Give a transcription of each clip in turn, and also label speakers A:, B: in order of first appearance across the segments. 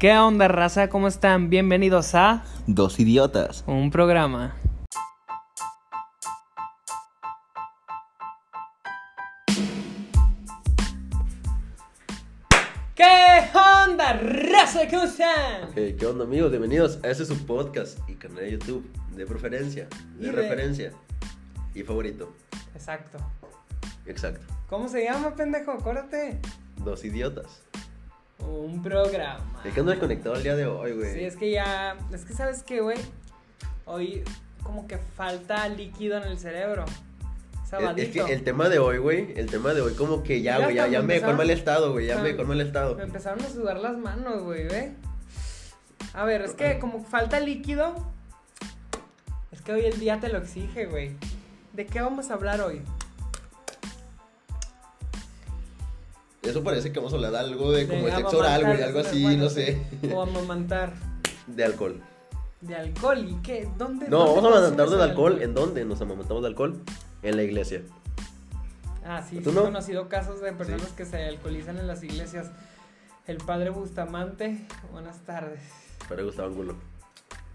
A: ¿Qué onda, raza? ¿Cómo están? Bienvenidos a
B: Dos idiotas.
A: un programa. ¿Qué onda, raza? ¿Cómo están?
C: Ok, ¿Qué onda amigos? Bienvenidos a este su podcast y canal de YouTube de preferencia,
A: Y
C: de
A: de-
C: referencia y favorito.
A: Exacto.
C: Exacto.
A: ¿Cómo se llama, pendejo? Acuérdate.
C: Dos idiotas.
A: Un programa.
C: ¿De qué ando desconectado el día de hoy, güey?
A: Sí, es que ya. Es que, ¿sabes qué, güey? Hoy, como que falta líquido en el cerebro.
C: Es- es
A: Sabadito.
C: que el tema de hoy, güey, el tema de hoy como que ya,
A: Ya
C: güey, ya,
A: hasta
C: ya
A: me
C: me dejó en
A: empezaron-
C: mal estado, güey, ya me
A: Ah.
C: dejó en mal estado.
A: Me empezaron a sudar las manos, güey, ve. A ver, es que como falta líquido, es que hoy el día te lo exige, güey. ¿De qué vamos a hablar hoy?
C: Eso parece que vamos a hablar de algo de como
A: De
C: de sexo oral, güey,
A: amamantar,
C: algo
A: es una-
C: así,
A: bueno,
C: no sé.
A: O amamantar.
C: De alcohol.
A: De alcohol, ¿y qué? ¿Dónde?
C: No,
A: dónde
C: vamos a amamantar
A: consumes
C: del
A: el
C: alcohol. ¿En dónde nos amamantamos de alcohol? En la iglesia.
A: Ah, sí,
C: ¿Tú
A: sí he
C: no?
A: conocido casos de personas que se alcoholizan en las iglesias. El padre Bustamante, buenas tardes.
C: Para Gustavo Angulo.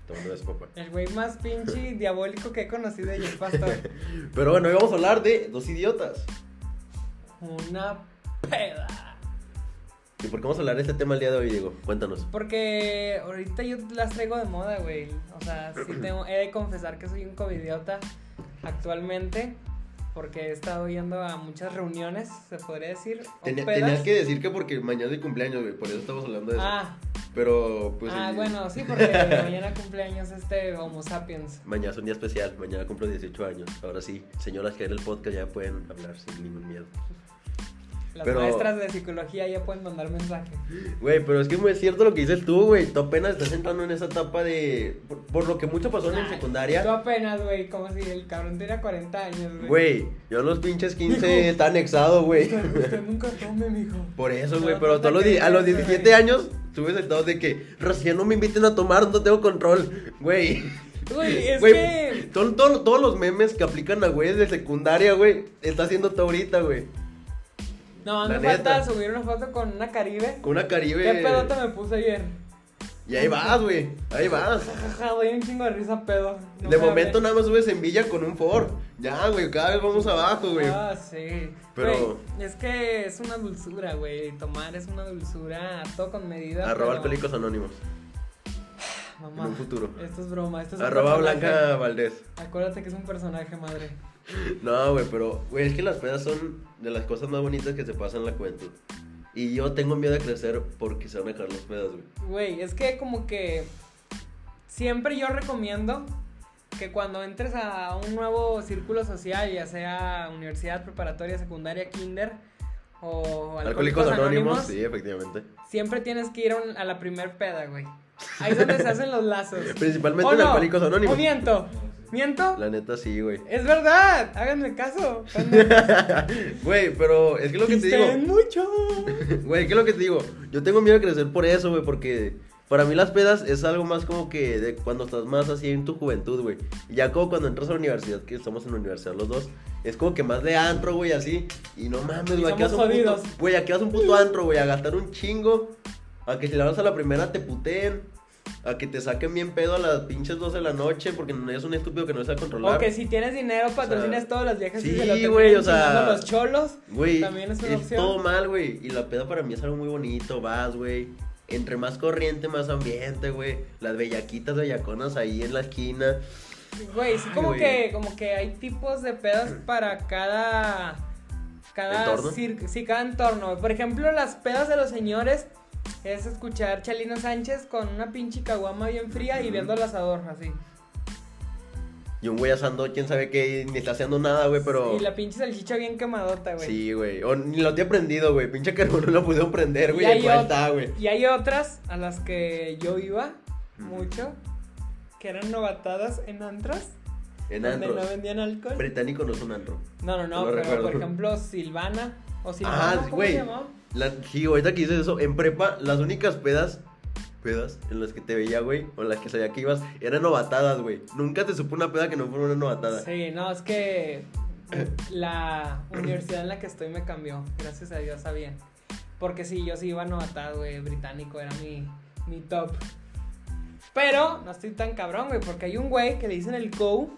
C: Tomando de su papá.
A: El güey más pinche diabólico que he conocido y es pastor.
C: Pero bueno, hoy vamos a hablar de dos idiotas.
A: Una peda.
C: ¿Y por qué vamos a hablar de este tema el día de hoy, Diego? Cuéntanos.
A: Porque ahorita yo las traigo de moda, güey. O sea, sí tengo, he de confesar que soy un covidiota actualmente. Porque he estado yendo a muchas reuniones, se podría decir. o
C: Tenía-
A: pedas.
C: tenías que decir que porque mañana es mi cumpleaños, güey, por eso estamos hablando de eso.
A: Ah,
C: Pero, pues.
A: ah
C: el-
A: bueno, sí, porque mañana cumpleaños este Homo sapiens.
C: Mañana es un día especial, mañana cumplo 18 años. Ahora sí, señoras que en el podcast ya pueden hablar sin ningún miedo.
A: Las
C: Pero-
A: maestras de psicología ya pueden mandar mensaje.
C: Güey, pero es que es muy cierto lo que dices tú, güey. Tú apenas estás entrando en esa etapa de. Por, por lo que mucho pasó en
A: Ay, Tú
C: secundaria.
A: apenas, güey, como si el cabrón tuviera 40 años, güey.
C: Güey, yo a los pinches 15
A: Mijo.
C: está anexado, güey.
A: Usted, usted nunca tome, mijo.
C: Por eso,
A: No,
C: güey,
A: no
C: pero
A: te
C: tú a los, di-
A: creas,
C: a los
A: güey.
C: 17 años subes el estado de que recién no me inviten a tomar, no tengo control, güey.
A: Güey, es
C: Güey,
A: que.
C: todo- todo- todos los memes que aplican a güeyes de secundaria, güey, está haciendo tú ahorita, güey.
A: No,
C: la
A: me falta
C: neta.
A: subir una foto con una Caribe.
C: Con una caribe.
A: ¿Qué pedota me puse ayer?
C: Y ahí vas, güey, ahí vas.
A: Jaja, doy un chingo de risa pedo. No
C: De
A: me
C: momento
A: hables.
C: nada más subes en Villa con un Ford. Ya, güey, cada vez vamos abajo, güey.
A: Ah, sí. Pero.
C: Pero-
A: es que es una dulzura, güey. Tomar es una dulzura, todo con medida.
C: Arroba
A: pero-
C: alcohólicos anónimos.
A: Mamá,
C: en un futuro.
A: Esto es broma. Esto es un
C: Arroba
A: personaje.
C: Blanca Valdés.
A: Acuérdate que es un personaje, madre.
C: No, güey, pero, güey, es que las pedas son de las cosas más bonitas que se pasan en la juventud. Y yo tengo miedo de crecer porque se van a acabar las pedas, güey.
A: Güey, es que como que siempre yo recomiendo que cuando entres a un nuevo círculo social, ya sea universidad, preparatoria, secundaria, kinder o alcohólicos, anónimos,
C: Sí, efectivamente.
A: siempre tienes que ir a, un- a la primer peda, güey. Ahí es donde se hacen los lazos.
C: Principalmente
A: ¿O Oh,
C: en
A: no?
C: Alcohólicos Anónimos.
A: ¿O miento? ¿Miento?
C: La neta, sí, güey.
A: Es verdad, háganme caso. pendejos.
C: Güey, pero es que lo que te
A: Pisteé
C: digo.
A: mucho.
C: Güey, ¿qué es lo que te digo? Yo tengo miedo de crecer por eso, güey, porque para mí las pedas es algo más como que de cuando estás más así en tu juventud, güey. Y Ya como cuando entras a la universidad, que estamos en la universidad los dos, es como que más de antro, güey, así. Y no mames,
A: Y
C: güey, aquí vas a
A: somos
C: un puto,
A: jodidos.
C: güey, aquí vas a un puto antro, güey, a gastar un chingo, a que si la vas a la primera te puteen. A que te saquen bien pedo a las pinches 12 de la noche porque no es un estúpido que no sabe controlar.
A: O que si tienes dinero, patrocinas
C: sea,
A: todas las viejas y
C: sí,
A: se lo terminan
C: güey, o sea,
A: chingando a los cholos.
C: Güey,
A: También es
C: es,
A: una opción.
C: todo mal, güey. Y la peda para mí es algo muy bonito, vas, güey. Entre más corriente, más ambiente, güey. Las bellaquitas, bellaconas ahí en la esquina.
A: Güey, sí
C: Ay,
A: como
C: güey. Mm.
A: que, como que hay tipos de pedas para cada. Cada
C: ¿Entorno?
A: cir- sí, cada entorno. Por ejemplo, las pedas de los señores es escuchar Chalino Sánchez con una pinche caguama bien fría y
C: Ujú.
A: viendo el asador, así.
C: Y un güey asando, quién sabe qué, ni está haciendo nada, güey, pero...
A: Y la pinche salchicha bien quemadota, güey.
C: Sí, güey. O ni lo tiene prendido, güey. Pinche carbón no lo pudieron prender, güey.
A: Y hay
C: Y ahí
A: ot-
C: está, güey.
A: Y hay otras a las que yo iba mucho, que eran novatadas en antros,
C: En
A: donde
C: antros.
A: no vendían alcohol.
C: Británico no es un antro.
A: No, no, no,
C: No
A: pero
C: recuerdo.
A: por ejemplo, Silvana o Silvana,
C: Ah,
A: ¿cómo
C: güey.
A: se llamaba?
C: La, sí, ahorita que dices eso, en prepa, las únicas pedas, pedas en las que te veía, güey, o en las que sabía que ibas, eran novatadas, güey. Nunca te supo una peda que no fuera una novatada.
A: Sí, no, es que la universidad en la que estoy me cambió, gracias a Dios, a bien. Porque sí, yo sí iba a novatar, güey, británico, era mi, mi top. Pero no estoy tan cabrón, güey, porque hay un güey que le dicen el Go,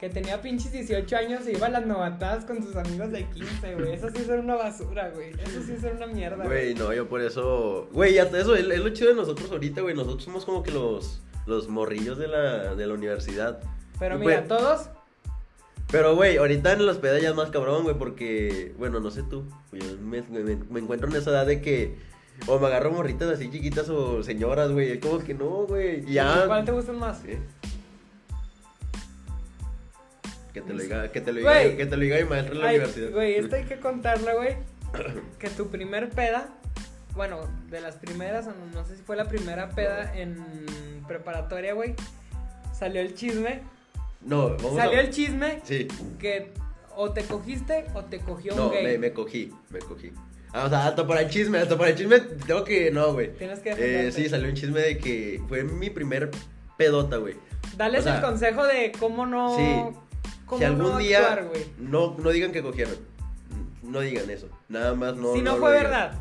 A: que tenía pinches 18 años e iba a las novatadas con sus amigos de 15, güey. Eso sí es una basura, güey. Eso sí es una mierda,
C: Güey, no, yo por eso. Güey, hasta eso es, es lo chido de nosotros ahorita, güey. Nosotros somos como que los, los morrillos de la, de la universidad.
A: Pero mira,
C: güey.
A: todos,
C: Pero, güey, ahorita en los pedas ya es más cabrón, güey, porque, bueno, no sé tú, yo me, me- me encuentro en esa edad de que o me agarro morritas así chiquitas o señoras, güey, es como que no, güey, y ya.
A: ¿cuál te gustan más?
C: ¿Eh? Que te lo diga, que te lo
A: Güey.
C: diga, que te lo diga mi maestro en la
A: Ay,
C: universidad.
A: Güey, este esto hay que contarla, güey. Que tu primer peda, bueno, de las primeras, o no, no sé si fue la primera peda en preparatoria, güey. Salió el chisme.
C: No, vamos
A: salió
C: a...
A: el chisme
C: Sí.
A: que o te cogiste o te cogió
C: No,
A: un gay.
C: me, me cogí, me cogí. Ah, o sea, hasta para el chisme, hasta para el chisme, tengo que, no, güey.
A: Tienes que defenderte.
C: Eh, sí, salió un chisme de que fue mi primer pedota, güey.
A: Dales
C: o sea,
A: el consejo de cómo no.
C: sí.
A: Cómo
C: si algún
A: no
C: día
A: actuar, güey.
C: no no digan que cogieron. No digan eso. Nada más no
A: si no,
C: lo
A: fue
C: digan.
A: verdad.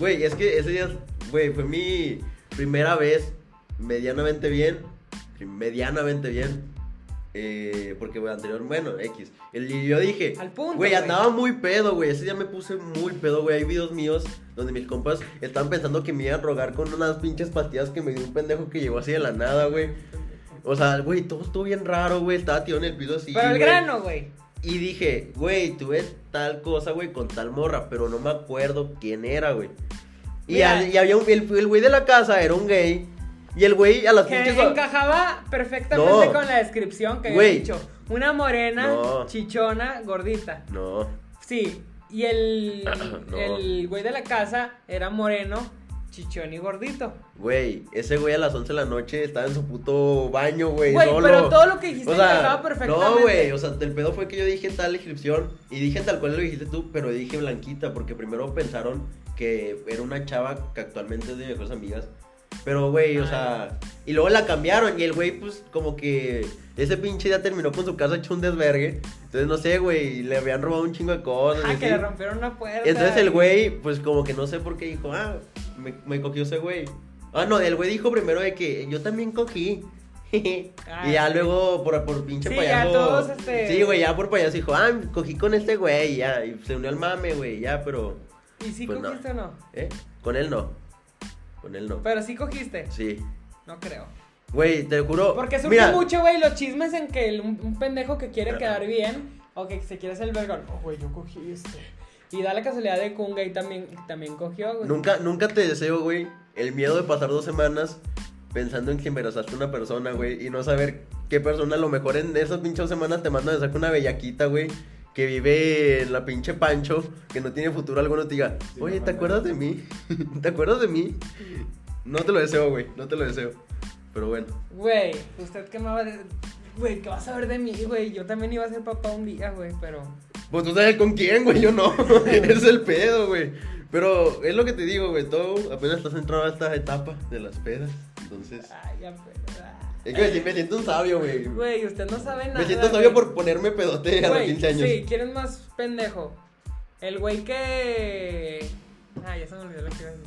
C: Güey, es que ese día güey, fue mi primera vez medianamente bien, medianamente bien. Eh, porque güey, anterior, bueno, X. El- Y yo dije,
A: Al punto,
C: güey,
A: güey.
C: andaba muy pedo, güey. Ese día me puse muy pedo, güey. Hay videos míos donde mis compas estaban pensando que me iban a rogar con unas pinches pastillas que me dio un pendejo que llegó así de la nada, güey. O sea, güey, todo estuvo bien raro, güey. Estaba tirado en el piso así.
A: Pero el
C: güey.
A: grano, güey.
C: Y dije, güey, tuve tal cosa, güey, con tal morra, pero no me acuerdo quién era, güey. Y,
A: Mira.
C: al- y había un, el, el güey de la casa era un gay. Y el güey a las
A: Que
C: pinches.
A: encajaba perfectamente
C: No.
A: con la descripción que había
C: Güey.
A: dicho. Una morena,
C: No.
A: chichona, gordita.
C: No,
A: Sí. Y el,
C: No.
A: el güey de la casa era moreno, chichón y gordito.
C: güey, ese güey a las 11 de la noche estaba en su puto baño, güey,
A: Güey,
C: solo.
A: pero todo lo que dijiste encajaba perfectamente.
C: No, güey, o sea, el pedo fue que yo dije tal descripción y dije tal cual lo dijiste tú, pero dije blanquita, porque primero pensaron que era una chava que actualmente es de mis mejores amigas. Pero, güey, o
A: Ah.
C: sea, y luego la cambiaron y el güey, pues, como que ese pinche ya terminó con su casa hecho un desvergue. Entonces, no sé, güey, le habían robado un chingo de cosas. y
A: Ah, que
C: así.
A: le rompieron una puerta.
C: Entonces el güey, pues como que no sé por qué dijo, ah, me, me cogió ese güey. Ah, no, el güey dijo primero de que yo también cogí.
A: Ah,
C: y ya
A: sí.
C: luego por, por pinche
A: Sí, ya
C: payaso.
A: todos, este-
C: Sí, güey, ya por payaso dijo, ah, cogí con este güey, ya. Y se unió al mame, güey, ya, pero.
A: ¿Y sí
C: Pues no.
A: cogiste o no?
C: ¿Eh? Con él no. Con él no.
A: Pero sí cogiste.
C: Sí.
A: No creo.
C: Güey, te juro.
A: Porque surge
C: mira,
A: mucho, güey, los chismes en que el- un, un pendejo que quiere quedar bien o que se quiere hacer el vergón. Oh, güey, yo cogí este. Y da la casualidad de que un gay también, también cogió, güey.
C: Nunca, nunca te deseo, güey, el miedo de pasar dos semanas pensando en que embarazaste a una persona, güey, y no saber qué persona, a lo mejor en esas pinches semanas te mandan a sacar una bellaquita, güey, que vive en la pinche Pancho, que no tiene futuro alguno, te diga,
B: Sí, no
C: oye, ¿te
B: mames.
C: acuerdas de mí? ¿Te acuerdas de mí? No te lo deseo, güey, no te lo deseo. Pero bueno,
A: Güey, usted que me va a... de- Güey, ¿qué vas a ver de mí, güey? Yo también iba a ser papá un día, güey, pero...
C: pues tú sabes con quién, güey, yo no. es el pedo, güey. Pero es lo que te digo, güey, todo apenas estás entrando a esta etapa de las pedas, entonces.
A: Ay, ya, pero... ah.
C: Es que me siento- me siento un sabio, güey.
A: Güey, usted no sabe nada,
C: Me siento
A: güey.
C: sabio por ponerme pedote a los
A: Güey,
C: 15 años.
A: Sí, ¿quién es más pendejo? El güey que. Ah, ya se me olvidó lo que iba a decir.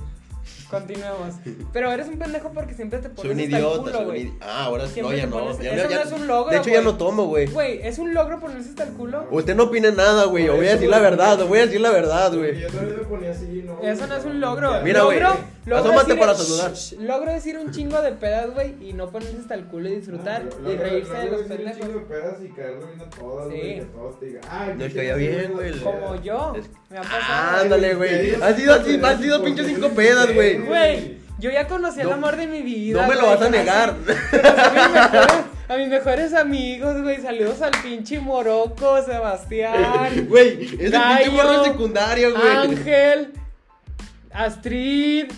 A: Continuemos. Pero eres un pendejo porque siempre te pones.
C: Soy un
A: hasta el
C: idiota,
A: culo,
C: soy un
A: güey.
C: idiota. Ah, ahora no,
A: Siempre
C: ya
A: te
C: no.
A: pones-
C: Ya,
A: eso
C: ya-
A: no es un logro,
C: De hecho, ya
A: güey.
C: no tomo, güey.
A: Güey, es un logro ponerse hasta el culo.
C: Usted no opina nada, güey. Yo
B: Por
C: voy a
B: eso,
C: decir la
B: güey.
C: verdad, voy a decir la verdad, güey.
B: Yo también me ponía así, ¿no?
A: Eso no es un logro.
C: Mira, güey,
A: Logro- logro
C: asómate
A: decir-
C: para saludar.
A: Shh, Logro decir un chingo de pedas, güey, y no ponerse hasta el culo y disfrutar
D: Ah,
A: y reírse de los pendejos.
B: de pedas y caerle bien a todos,
A: Sí.
B: güey. Que todos te digan, ay,
C: Nos
B: pinche
C: caía bien,
B: güey.
C: güey.
A: Como yo.
C: Es-
A: Me ha
C: Ah,
A: pasado. güey.
C: Ándale, güey. Han sido así- han sido pinche cinco pedas, güey.
A: Güey, yo ya conocí el
C: No-
A: amor de mi vida.
C: No me lo
A: güey.
C: vas a negar.
A: A mis mejores- A mis mejores amigos, güey. Saludos al pinche Morocco, Sebastián,
C: Güey, es el pinche
A: Gallo,
C: morro de secundaria, güey.
A: Ángel, Astrid,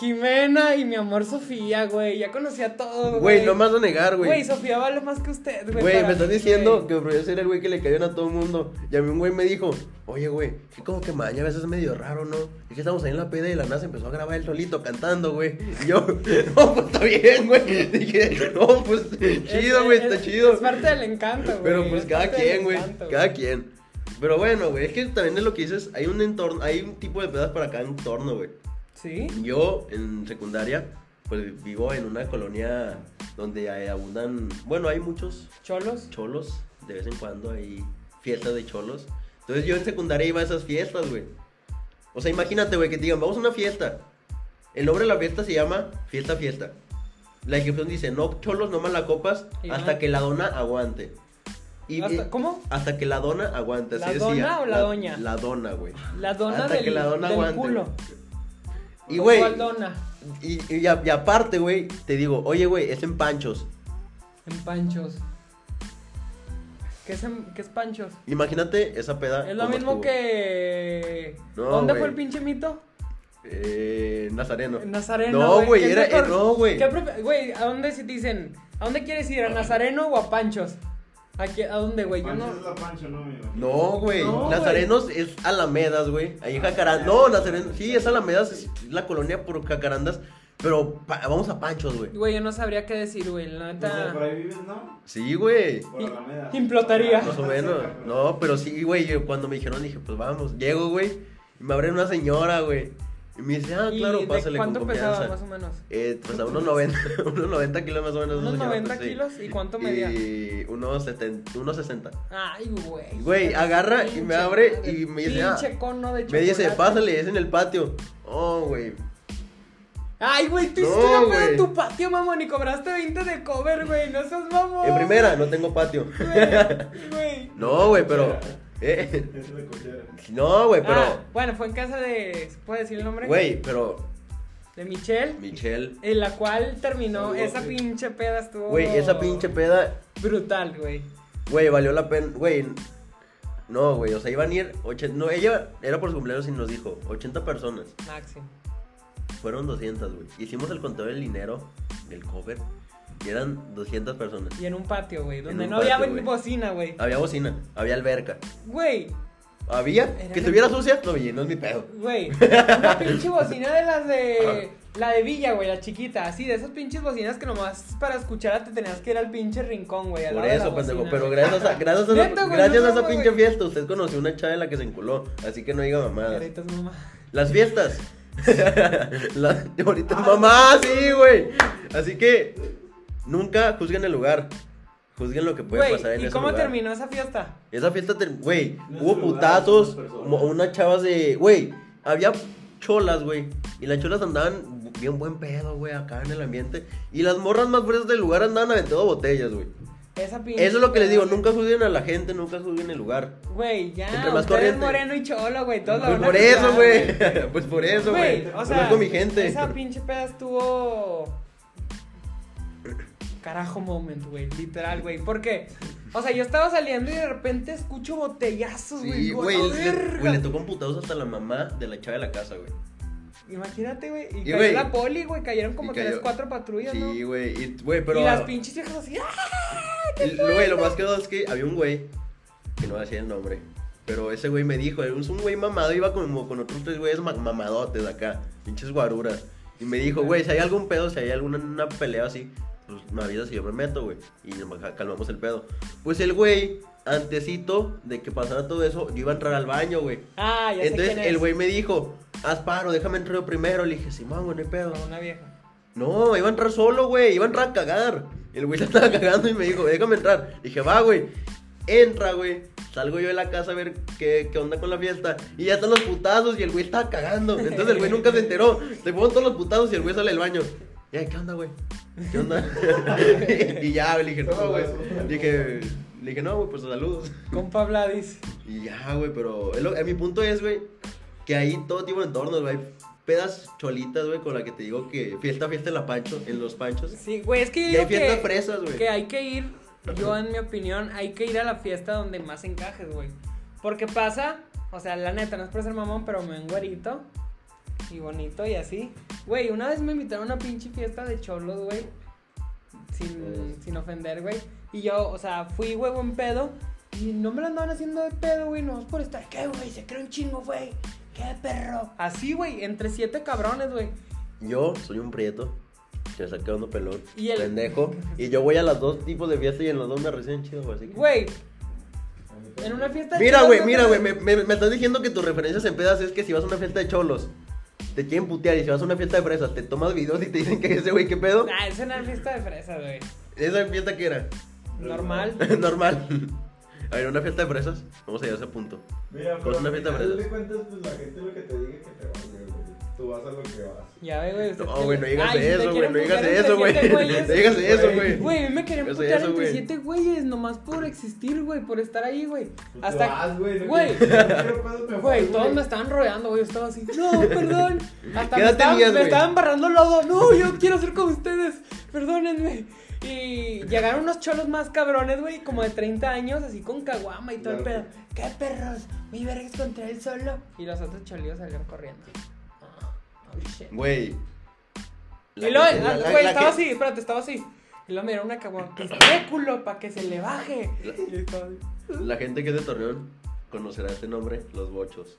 A: Jimena y mi amor Sofía, güey. Ya conocí a todos,
C: Güey, no me vas a negar,
A: Güey,
C: güey.
A: Sofía vale más que usted, güey.
C: Güey,
A: para
C: me estás
A: mí,
C: diciendo
A: güey.
C: que yo ser el güey que le cayó a todo el mundo. Y a mí un güey me dijo, oye, güey, que como que maña a veces es medio raro, ¿no? Es que estamos ahí en la peda y la NASA empezó a grabar él solito cantando, güey. Y yo, no, pues está bien, güey. Dije, no, pues
A: Es-
C: chido, güey,
A: es-
C: está
A: es-
C: chido.
A: Es parte del encanto, güey.
C: Pero pues
A: es
C: cada
A: parte del
C: quien, güey,
A: encanto,
C: cada quien. Pero bueno, güey, es que también es lo que dices, hay un entorno, hay un tipo de pedas para cada entorno, güey.
A: Sí.
C: Yo en secundaria pues vivo en una colonia donde hay- abundan, bueno, hay muchos
A: ¿Cholos?
C: cholos, de vez en cuando hay fiestas de cholos. Entonces yo en secundaria iba a esas fiestas, güey. O sea, imagínate, güey, que te digan, vamos a una fiesta. El nombre de la fiesta se llama Fiesta Fiesta. La inscripción dice, no cholos, no malacopas,
A: Y
C: hasta
A: no.
C: que la dona aguante. Y,
A: Hasta-
C: eh,
A: ¿Cómo?
C: hasta que la dona aguante, así
A: ¿La
C: decía.
A: dona o la doña?
C: La dona, güey.
A: La dona
C: Hasta
A: del,
C: que la dona
A: del
C: aguante.
A: culo.
C: Y,
A: ¿O
C: güey,
A: ¿Cuál dona?
C: y, y a- y aparte, güey, te digo, oye, güey, es en panchos.
A: En panchos. ¿Qué es, en- qué es panchos?
C: Imagínate esa peda.
A: Es lo
C: cómo
A: mismo
C: estuvo.
A: que...
C: No,
A: ¿Dónde
C: güey.
A: fue el pinche mito?
C: Eh, Nazareno.
A: En Nazareno.
C: No, güey,
A: ¿Qué
C: era.
A: mejor-
C: eh, no, güey.
A: ¿Qué profe- Güey, ¿a dónde se dicen? ¿A dónde quieres ir? ¿A Nazareno o a Panchos? ¿A, qué- a dónde, güey? Yo
D: Pancho
A: no.
D: es la Pancho, no, amigo.
C: No, güey.
A: No, Ah,
C: Nazarenos es Alamedas, güey. Ahí en Jacarandas. No, Nazarenos. Sí, es Alamedas, es la colonia por Jacarandas. Pero pa- vamos a Panchos, güey.
A: Güey, yo no sabría qué decir, güey. La
D: O sea,
A: neta.
D: por ahí vives, ¿no?
C: Sí, güey.
D: Por
A: Y-
D: Alameda.
A: implotaría.
C: Más o menos. No, pero sí, güey. yo Cuando me dijeron, dije, pues vamos. Llego, güey. Y me abre una señora, güey. Y me dice, ah,
A: ¿Y
C: claro,
A: de
C: pásale con
A: ¿Cuánto pesaba, más
C: confianza.
A: o menos?
C: Eh, pues a unos 90, unos 90 kilos más o menos. esa
A: ¿Unos
C: señora,
A: 90
C: pues, sí.
A: kilos? ¿Y cuánto medía?
C: Y unos 70, unos 60.
A: Ay, güey.
C: Güey, agarra y me abre y me dice, ah,
A: Pinche cono de
C: Me dice,
A: chocolate.
C: pásale, es en el patio. Oh, güey.
A: Ay, güey, tú
C: No,
A: hiciste una peda
C: güey.
A: en tu patio, mamón, y cobraste 20 de cover, güey. No seas mamón.
C: En primera, no tengo patio.
A: Güey, Güey.
C: No, güey, pero. eh,
D: Es de cochera.
C: no, güey,
A: Ah,
C: pero.
A: bueno, fue en casa de. ¿se ¿Puede decir el nombre?
C: Güey, pero.
A: De Michelle.
C: Michelle.
A: En la cual terminó
B: Saludos,
A: esa
B: güey.
A: pinche peda estuvo.
C: Güey, esa pinche peda.
A: Brutal, güey.
C: Güey, valió la pena. Güey. No, güey, o sea, iban a ir. ochen- No, ella era por su cumpleaños y nos dijo: 80 personas.
A: Máximo.
C: Fueron 200, güey. Hicimos el conteo del dinero del cover y eran 200 personas.
A: Y en un patio, güey. Donde
C: un
A: no había
C: patio, güey. Ah.
A: bocina, güey.
C: Había bocina, había alberca.
A: Güey,
C: Había.
A: Era
C: Que
A: la-
C: estuviera sucia, no, oye, no es mi pedo.
A: güey. Una pinche bocina de las de.
C: Ah.
A: La de Villa, güey, la chiquita. Así, de esas pinches bocinas que nomás para escucharla te tenías que ir al pinche rincón, güey. al
C: Por
A: lado de la
C: eso, pendejo.
A: bocina,
C: Pero
A: güey.
C: gracias a, gracias a, esa-
A: Neta, güey,
C: gracias
A: no
C: a esa
A: mames,
C: pinche
A: güey.
C: fiesta, usted conoció una chava en la que se enculó. Así que no diga mamadas.
A: Ahorita es mamá.
C: Las fiestas. La- ahorita es mamá, sí, güey. Así que nunca juzguen el lugar. Juzguen lo que puede pasar en
A: Güey, ¿y
C: ese
A: cómo
C: lugar.
A: terminó esa fiesta?
C: Esa fiesta, ter- güey,
D: No es
C: hubo
D: un lugar,
C: putazos,
D: son unas personas.
C: mo- unas chavas de, güey, había cholas, güey, y las cholas andaban bien buen pedo, güey, acá en el ambiente, y las morras más fresas del lugar andaban aventando botellas, güey.
A: Esa pinche.
C: Eso es lo que les digo,
A: peda,
C: nunca juzguen a la gente, nunca juzguen el lugar.
A: Güey, ya.
C: Entre más
A: usted es
C: corriente.
A: moreno y cholo, güey. Todos la
C: Pues
A: van a
C: por
A: juzgar,
C: eso, güey, pues por eso, güey,
A: Güey, o sea,
C: con mi gente.
A: esa pinche peda estuvo. Carajo moment, güey, literal, güey. ¿Por qué? O sea, yo estaba saliendo y de repente escucho botellazos, güey.
C: Sí,
A: digo,
C: güey,
A: "A
C: le,
A: verga".
C: güey, le tocó un putazo hasta la mamá de la chava de la casa, güey.
A: Imagínate, güey. Y,
C: Y,
A: cayó
C: güey,
A: la poli, güey. Cayeron como
C: y cayó-
A: tres, cuatro patrullas, ¿no?
C: Sí, güey, y, güey, pero...
A: Y las pinches viejas así, ¡ah!
C: Y, Güey, lo más que es que había un güey que no hacía el nombre. Pero ese güey me dijo, era un un güey mamado, iba como con otros tres güeyes ma- mamadotes acá, pinches guaruras. Y me dijo, güey, si hay algún pedo, si hay alguna una pelea así, pues me avisas y yo me meto, güey. Y nos ca- calmamos el pedo. Pues el güey, antesito de que pasara todo eso, yo iba a entrar al baño, güey.
A: Ah, ya sé
C: Entonces
A: quién es.
C: el güey me dijo, haz paro, déjame entrar yo primero. Le dije, Simón, güey, no hay pedo.
A: Con Una vieja.
C: No, iba a entrar solo, güey. Iba a entrar a cagar. El güey se estaba cagando y me dijo, déjame entrar. Dije, va, güey. Entra, güey. Salgo yo de la casa a ver qué, qué onda con la fiesta. Y ya están los putazos y el güey estaba cagando. Entonces el güey nunca se enteró. Se fueron todos los putazos y el güey sale del baño. Y ay, ¿qué onda, güey? ¿Qué onda? y ya, güey, le dije, no, güey. Dije, le dije, no, güey, pues saludos.
A: Compa Vladis.
C: Y ya, güey, pero es lo- eh, mi punto es, güey, que hay todo tipo de entornos, güey. Hay Pedas cholitas, güey, con la que te digo que fiesta, fiesta en la pancho, en los panchos.
A: Sí, güey, es que yo
C: Y hay
A: digo
C: fiestas
A: que-
C: fresas, güey.
A: Que hay que ir, yo en mi opinión, hay que ir a la fiesta donde más encajes, güey. Porque pasa, o sea, la neta, no es por ser mamón, pero me ven güerito y bonito y así. Güey, una vez me invitaron a una pinche fiesta de cholos, güey. Sin, sin ofender, güey. Y yo, o sea, fui, güey, buen pedo. Y no me lo andaban haciendo de pedo, güey. No es por estar, ¿qué, güey? Se cree un chingo, güey. ¿Qué, perro? Así, güey, entre siete cabrones, güey.
C: Yo soy un prieto, que me está quedando pelón,
A: Y el-
C: pendejo. Y yo voy a los dos tipos de fiesta y en los dos me reciben chido, güey. así que-
A: Güey, en una fiesta de
C: Mira,
A: cholos
C: güey,
A: no
C: mira,
A: te-
C: güey, me, me- me estás diciendo que tus referencias en pedas es que si vas a una fiesta de cholos, te quieren putear y si vas a una fiesta de fresas, te tomas videos y te dicen que ese güey, ¿qué pedo?
A: Ah, es una fiesta de fresas, güey.
C: ¿Esa fiesta qué era?
A: Normal.
C: Normal. A ver, una fiesta de fresas. Vamos a llegar a ese punto.
D: Mira,
C: Con
D: pero
C: una
D: al
C: fiesta
D: final
C: fresa.
D: de cuentas, pues la gente lo que te diga que te vale, güey. Tú vas a lo que vas.
A: Ya ve, güey. usted
C: No,
A: tiene-
C: güey, no digas
A: Ay, si te
C: eso, güey.
A: quieren
C: No digas
A: putear entre
C: eso, güey.
A: siete
C: No
A: güeyes.
C: digas eso,
D: Güey.
C: güey.
A: Güey, a mí me querían
C: Yo sé
A: putear
C: eso,
A: entre
C: güey.
A: siete güeyes, nomás por existir, güey, por estar ahí, güey.
D: Pues te
A: Hasta.
D: vas, güey. no
A: güey.
D: quiero- no quiero pedos, me
A: Güey,
D: voy,
A: todos me estaban rodeando, güey. Yo estaba así, no, perdón. Hasta
C: ¿Qué
A: me
C: edad
A: estaban,
C: tenías,
A: me
C: güey?
A: estaban barrando el lodo. No, yo quiero ser como ustedes. Perdónenme. Y llegaron unos cholos más cabrones, güey, como de 30 años, así con caguama y todo el pedo.
B: Claro.
A: ¿Qué perros? Mi verga es contra él solo. Y los otros cholillos salieron corriendo. Ah, oh, shit.
C: Güey. La
A: Y luego,
C: que-
A: ah,
C: la-
A: güey,
C: la
A: estaba
C: que-
A: así, espérate, estaba así. Y luego me dieron una caguama. Testículo, para que se le baje. Y estaba así.
C: La gente que es de Torreón conocerá este nombre, los bochos.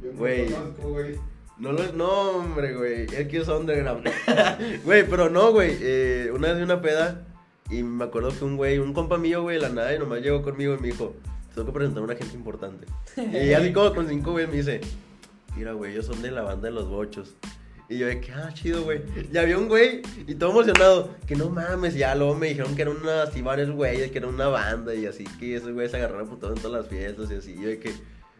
B: Yo no
C: Güey.
B: lo conozco, güey.
C: No, lo- no, hombre, güey. Es que es underground. güey, pero no, güey. eh, una vez de una peda y me acuerdo que un güey, un compa mío, güey, de la nada, y nomás llegó conmigo y me dijo, tengo que presentar a una gente importante. y así como con cinco, güey, me dice, mira, güey, ellos son de la banda de los bochos. Y yo de que, ah, chido, güey. Y había un güey, y todo emocionado, que no mames, ya luego me dijeron que eran una, así varios güeyes, que era una banda, y así que esos güeyes se agarraron por en todas las fiestas y así. Y yo de que,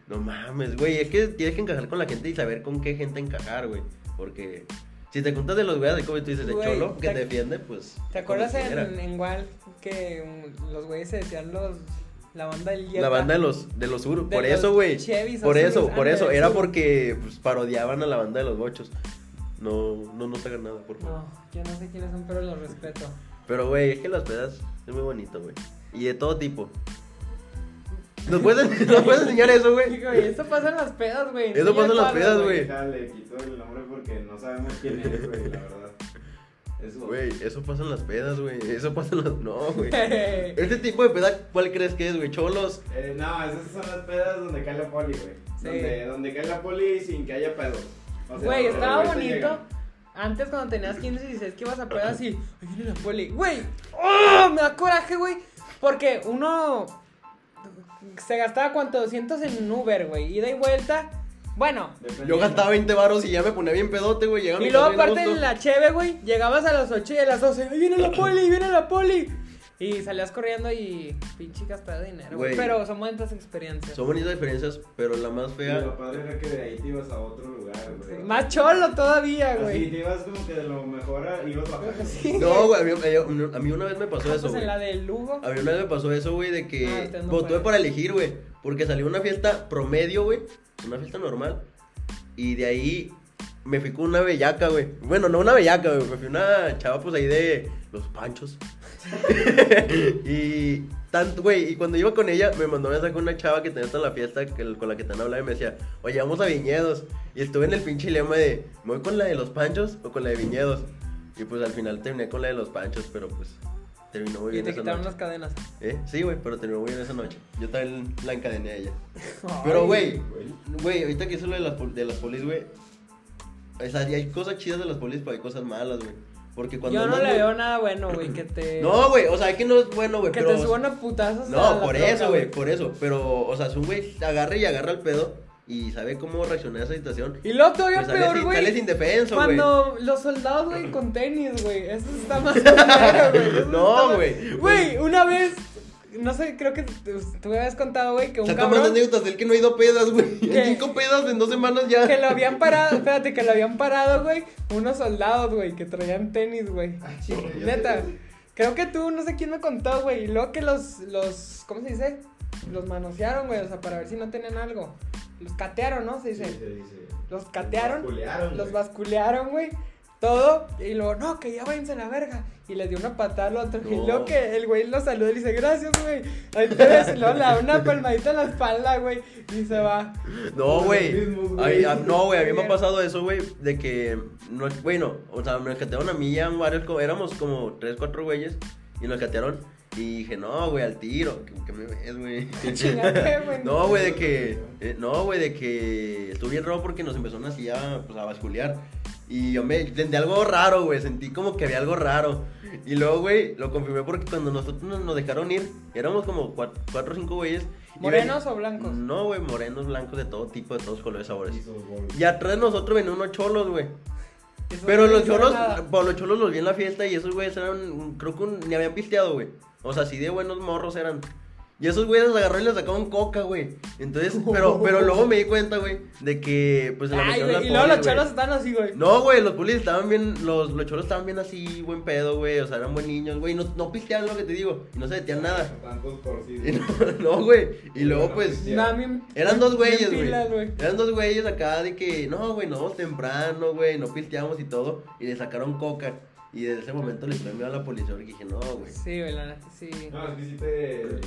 C: no mames, güey, es que tienes que encajar con la gente y saber con qué gente encajar, güey. Porque si te juntas de los güeyes, así como tú dices, de
A: Güey,
C: cholo, que
A: te-
C: te defiende, pues.
A: ¿Te acuerdas
C: como quiera.
A: en, en Wall que mm, los güeyes se decían los la banda del Yepa?
C: La banda de los, de los sur,
A: De
C: por
A: los
C: eso, güey.
A: Chevys
C: Por
A: azules,
C: eso, por
A: ándale,
C: eso. Era
A: sur.
C: porque pues, parodiaban a la banda de los bochos. No, no nos hagan nada, por favor.
A: No, yo no sé quiénes son, pero los respeto.
C: Pero, güey, es que las pedas es muy bonito, güey. Y de todo tipo. ¿Nos puedes, ¿nos puedes enseñar eso, güey?
A: Digo, y eso pasa en las pedas, güey.
C: Eso
A: Enseña
C: pasa en las
A: todo,
C: pedas, güey.
D: Ya le quito el nombre porque no sabemos quién es, güey, la verdad. Es
C: Güey, eso pasa en las pedas, güey. Eso pasa en las... No, güey. Este tipo de peda, ¿cuál crees que es, güey? Cholos.
D: Eh, no, esas son las pedas donde cae la poli, güey.
A: Sí.
D: Donde, donde cae la poli sin que haya pedos. O sea,
A: Güey,
D: los
A: estaba
D: güeyes
A: bonito.
D: llegan.
A: Antes cuando tenías 15 y 16 que ibas a pedas y... Ahí viene la poli. Güey,
C: ¡Ah!
A: ¡oh! me da coraje, güey. Porque uno se gastaba cuánto, 200 en Uber, güey. Ida y vuelta. Bueno,
C: Yo
D: Dependiendo.
C: gastaba 20 varos y ya me ponía bien pedote, güey. Llegaba a mi
A: Y luego
C: casa bien
A: aparte de
C: gusto.
A: la cheve, güey, llegabas a las 8 y a las 12, ¡ay, viene la poli, viene la poli! Y salías corriendo y pinche gastada de dinero, güey.
C: Güey.
A: Pero son bonitas experiencias.
C: Son bonitas diferencias, pero la más
D: Y
C: fea...
D: Lo padre era que de ahí te ibas a otro lugar, güey.
A: Más cholo todavía,
D: Así
A: güey.
D: te ibas como que de lo mejor a, ibas bajando.
A: Sí.
C: No, güey, a mí, a mí una vez me pasó
A: Ah,
C: eso,
A: pues
C: güey. Ah,
A: en la
C: A
A: de Lugo.
C: mí una vez me pasó eso, güey, de
A: Ah,
C: que
A: ustedes no
C: votué
A: pueden.
C: para elegir, güey. Porque salió una fiesta promedio, güey. Una fiesta normal. Y de ahí me fui con una bellaca, güey. Bueno, no una bellaca, güey. Me fui una chava, pues ahí de los panchos. y tanto, güey. Y cuando iba con ella, me mandó mensaje con una chava que tenía hasta la fiesta que- con la que te han hablado y me decía, oye, vamos a viñedos. Y estuve en el pinche dilema de, ¿me voy con la de los panchos o con la de viñedos? Y pues al final terminé con la de los panchos, pero pues terminó muy
A: Y
C: bien
A: te
C: esa
A: quitaron
C: noche.
A: las cadenas.
C: ¿Eh? Sí, güey, pero terminó muy bien esa noche. Yo también la encadené a ella. Pero, güey, güey, ahorita que es lo de las, pol- de las polis, güey. O sea, y hay cosas chidas de las polis, pero hay cosas malas, güey. Porque cuando.
A: Yo no
C: andas
A: le
C: muy-
A: veo nada bueno, güey, que te...
C: No, güey, o sea, es que no es bueno, güey.
A: Que
C: pero,
A: te suban a putazos. a
C: No,
A: la
C: por
A: troca,
C: eso, güey, por eso. Pero, o sea, si un güey agarra y agarra el pedo y sabe cómo reaccionar a esa situación.
A: Y luego todavía
C: pues, sale
A: peor,
C: sin-
A: güey.
C: sale sin defenso, güey.
A: Cuando los soldados, güey, con tenis, güey. Eso está más. culero, güey, eso
C: No,
A: está más-
C: güey.
A: Güey, una vez. No sé, creo que tú tú me habías contado, güey, que un
C: Saca más
A: cabrón.
C: anécdotas del que no ha ido a pedas, güey.
A: ¿Qué?
C: Cinco pedas en dos semanas ya.
A: Que lo habían parado, espérate, que lo habían parado, güey. Unos soldados, güey, que traían tenis, güey.
B: Ah, chinga, ya
A: Neta.
B: te-
A: Creo que tú, no sé quién me contó, güey. Y luego que los, los. ¿Cómo se dice? Los manosearon, güey. O sea, para ver si no tenían algo. Los catearon, ¿no? Se dice. Los catearon. Los basculearon, güey. Todo. Y luego, no, que ya váyanse a la verga. Y le dio una patada al otro. Y
C: No.
A: luego que el güey lo saluda y le dice, gracias, güey. Entonces, luego le da una palmadita en la espalda, güey. Y se va.
C: No, güey.
B: mismos,
C: Ay,
B: güey.
C: a- No, güey, a mí me ha pasado eso, güey, de que, no, bueno, o sea, me rescataron a mí y a varios, co- éramos como tres, cuatro güeyes, y nos rescataron, y dije, no, güey, al tiro, que, que me ves, güey.
A: Chingate, güey.
C: No, güey, de que, eh, no, güey, de que estuve bien raro porque nos empezaron así a, pues, a basculear. Y yo me sentí algo raro, güey. Sentí como que había algo raro. Y luego, güey, lo confirmé porque cuando nosotros nos nos dejaron ir, éramos como cuat- cuatro o cinco güeyes. y
A: ¿Morenos
C: ven-
A: o blancos?
C: No, güey, morenos, blancos, de todo tipo, de todos colores, sabores.
D: Y sus bolis.
C: Y atrás de nosotros venían unos cholos, güey.
A: Eso
C: Pero
A: no
C: los
A: hizo
C: cholos,
A: nada.
C: bueno, los cholos los vi en la fiesta y esos güeyes eran, un- creo que un- ni habían pisteado, güey. O sea, así de buenos morros eran. Y esos güeyes los agarraron y les sacaron coca, güey. Entonces, pero, pero luego me di cuenta, güey, de que, pues, la
A: Ay,
C: metieron
A: güey,
C: la
A: y luego los
C: poli, güey.
A: cholos están así, güey.
C: No, güey, los polis estaban bien, los, los cholos estaban bien así, buen pedo, güey. O sea, eran buen niños, güey. No, no pisteaban lo que te digo. Y no se metían nada.
B: Tantos
C: Y
B: torcidos.
C: no, no, güey. Y luego, pues,
A: No, a mí-
C: eran dos
A: bien
C: güeyes, güey.
A: pilas, güey.
C: Eran dos güeyes acá de que, no, güey, nos vamos temprano, güey, no pisteamos y todo. Y le sacaron coca. Y desde ese momento le premió a la policía porque dije, no, güey.
A: Sí, güey, la neta, sí.
B: No, es que si te.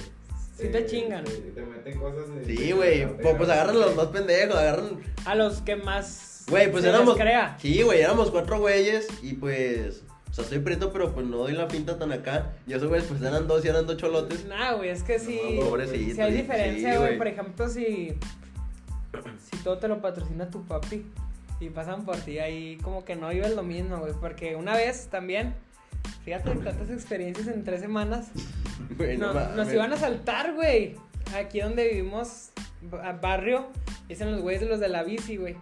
A: Sí
D: eh,
A: te chingan.
B: Te, te meten cosas. en-
C: Sí,
B: en
C: güey.
B: la
C: po-
B: cartera,
C: Pues agarran a los más pendejos, agarran.
A: A los que más.
C: Güey, pues
A: se les
C: éramos.
A: Crea.
C: Sí, güey, éramos cuatro güeyes y pues. O sea, soy preto, pero pues no doy la pinta tan acá. Y esos güeyes, pues eran dos y eran dos cholotes.
A: Nah, güey, es que sí.
B: No, pobre,
C: Pobrecito.
A: Si hay
C: sí,
A: diferencia,
C: sí,
A: güey. por ejemplo, si. Si todo te lo patrocina tu papi y pasan por ti ahí, como que no vives lo mismo, güey. Porque una vez también, fíjate tantas experiencias en tres semanas,
C: Güey, no
A: nos, nos
C: mames.
A: iban a saltar, güey. Aquí donde vivimos, ba- barrio, dicen los güeyes los de la bici, güey.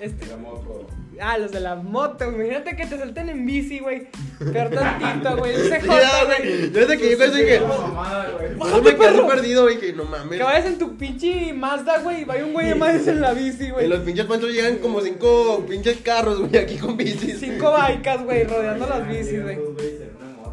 A: Este,
B: en La moto.
A: Ah, los de la moto, güey. Imagínate que te salten en bici, güey. Pero tantito, güey. El CJ,
C: Sí, ya, güey.
A: güey.
C: Yo desde que yo dije,
B: Una mamada, güey.
C: pues yo me quedé así perdido, güey, dije, no mames.
A: Que vayas en tu pinche Mazda, güey. Y vaya un güey de Mazda en la bici,
C: Y los
A: güey.
C: pinches panchos llegan como cinco pinches carros, güey, aquí con bicis.
A: Cinco baicas, güey, rodeando
D: Ah,
A: las bicis,
D: llegan
A: güey.
D: dos güeyes en una moto.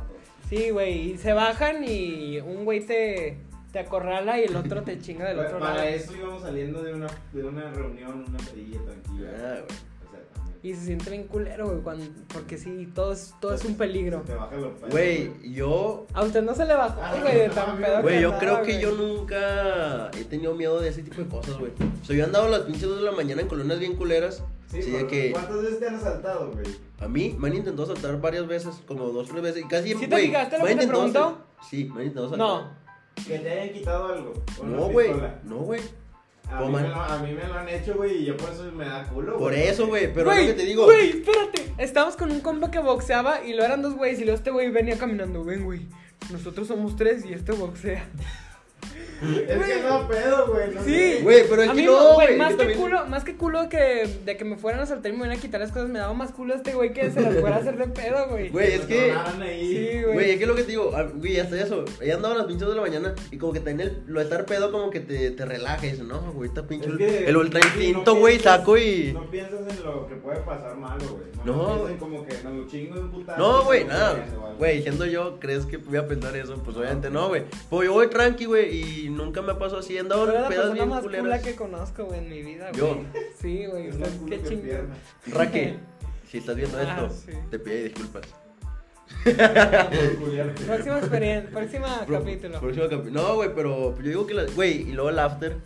A: Sí, güey. Y se bajan y un güey te, te acorrala y el otro te chinga del otro
D: Para
A: lado.
D: eso íbamos saliendo de una, de una reunión, una pedilla tranquila.
C: Ah, güey.
D: O sea, también.
A: Y se siente bien culero, güey. cuando- Porque sí, todo es, todo es un peligro.
D: Se te baja lo pedo,
C: Güey, yo.
A: A usted no se le bajó,
D: Ah,
A: güey, de tan pedo.
C: Güey, yo
A: andaba,
C: creo que
A: güey.
C: yo nunca he tenido miedo de ese tipo de cosas, güey. O sea, yo andaba a las pinches dos de la mañana en colonias bien culeras. Sí,
D: Sí,
C: de
D: pero
C: que
D: ¿Cuántas veces te han asaltado, güey?
C: a mí me han intentado saltar varias veces, como dos, tres veces. Y casi.
A: ¿Sí te
C: güey,
A: fijaste lo
C: me
A: que te
C: han intentado
A: preguntó?
C: sal- Sí, me han intentado saltar.
A: No.
D: Que te hayan quitado algo. con
C: No,
D: una
C: güey.
D: pistola.
C: No, güey.
D: A,
C: O
D: mí
C: man-
D: me lo- a mí me lo han hecho, güey, y yo por eso me da culo.
C: Por eso, güey. Pero
A: Güey,
C: es lo que te digo.
A: Güey, espérate. Estábamos con un compa que boxeaba y lo eran dos güeyes y luego este güey venía caminando. Ven, güey. Nosotros somos tres y este boxea.
D: Es que no pedo, güey. no
A: Sí.
D: sé.
C: Güey, pero es
A: A
C: que
A: mí,
C: no,
A: güey,
C: güey.
A: más,
C: yo
A: que
C: también-
A: culo, más que culo que de que me fueran a saltar y me iban a quitar las cosas, me daba más culo este güey que se las fuera a hacer de pedo, güey.
C: Güey, es
D: Nos
C: que-
D: donaron ahí.
A: Sí,
C: Güey,
A: güey.
C: es que lo que te digo, ah, güey, hasta eso. Ella andaba a las pinches de la mañana y como que también el, lo de estar pedo como que te, te relaja y dices, no, güey, está pinche.
D: Es que-
C: el ultra
D: sí, no
C: instinto, güey,
D: piensas-
C: saco y.
D: No piensas en lo que puede pasar malo, güey. No,
C: No.
D: piensas en como que no chingo de un putazo.
C: No, güey,
D: no, o
C: nada.
D: algo.
C: Güey, siendo yo, ¿crees que voy a pensar eso? Pues obviamente no, güey. Pues yo voy tranqui, güey, y nunca me pasó así. Andaba
A: Soy la
C: en pedas
A: persona
C: bien
A: más
C: culeras.
A: cula que conozco, güey, en mi vida, güey.
C: Yo.
A: Sí, güey.
D: Es
A: usted,
D: más culo
A: Qué
D: que
A: chingón.
D: pierna.
C: Raque, si estás viendo esto,
A: Ah, sí.
C: te pido disculpas.
D: Por culiarte.
A: Próxima experiencia, próxima
C: Pro-
A: capítulo.
C: próximo capi- No, güey, pero yo digo que la. Güey, y luego el after,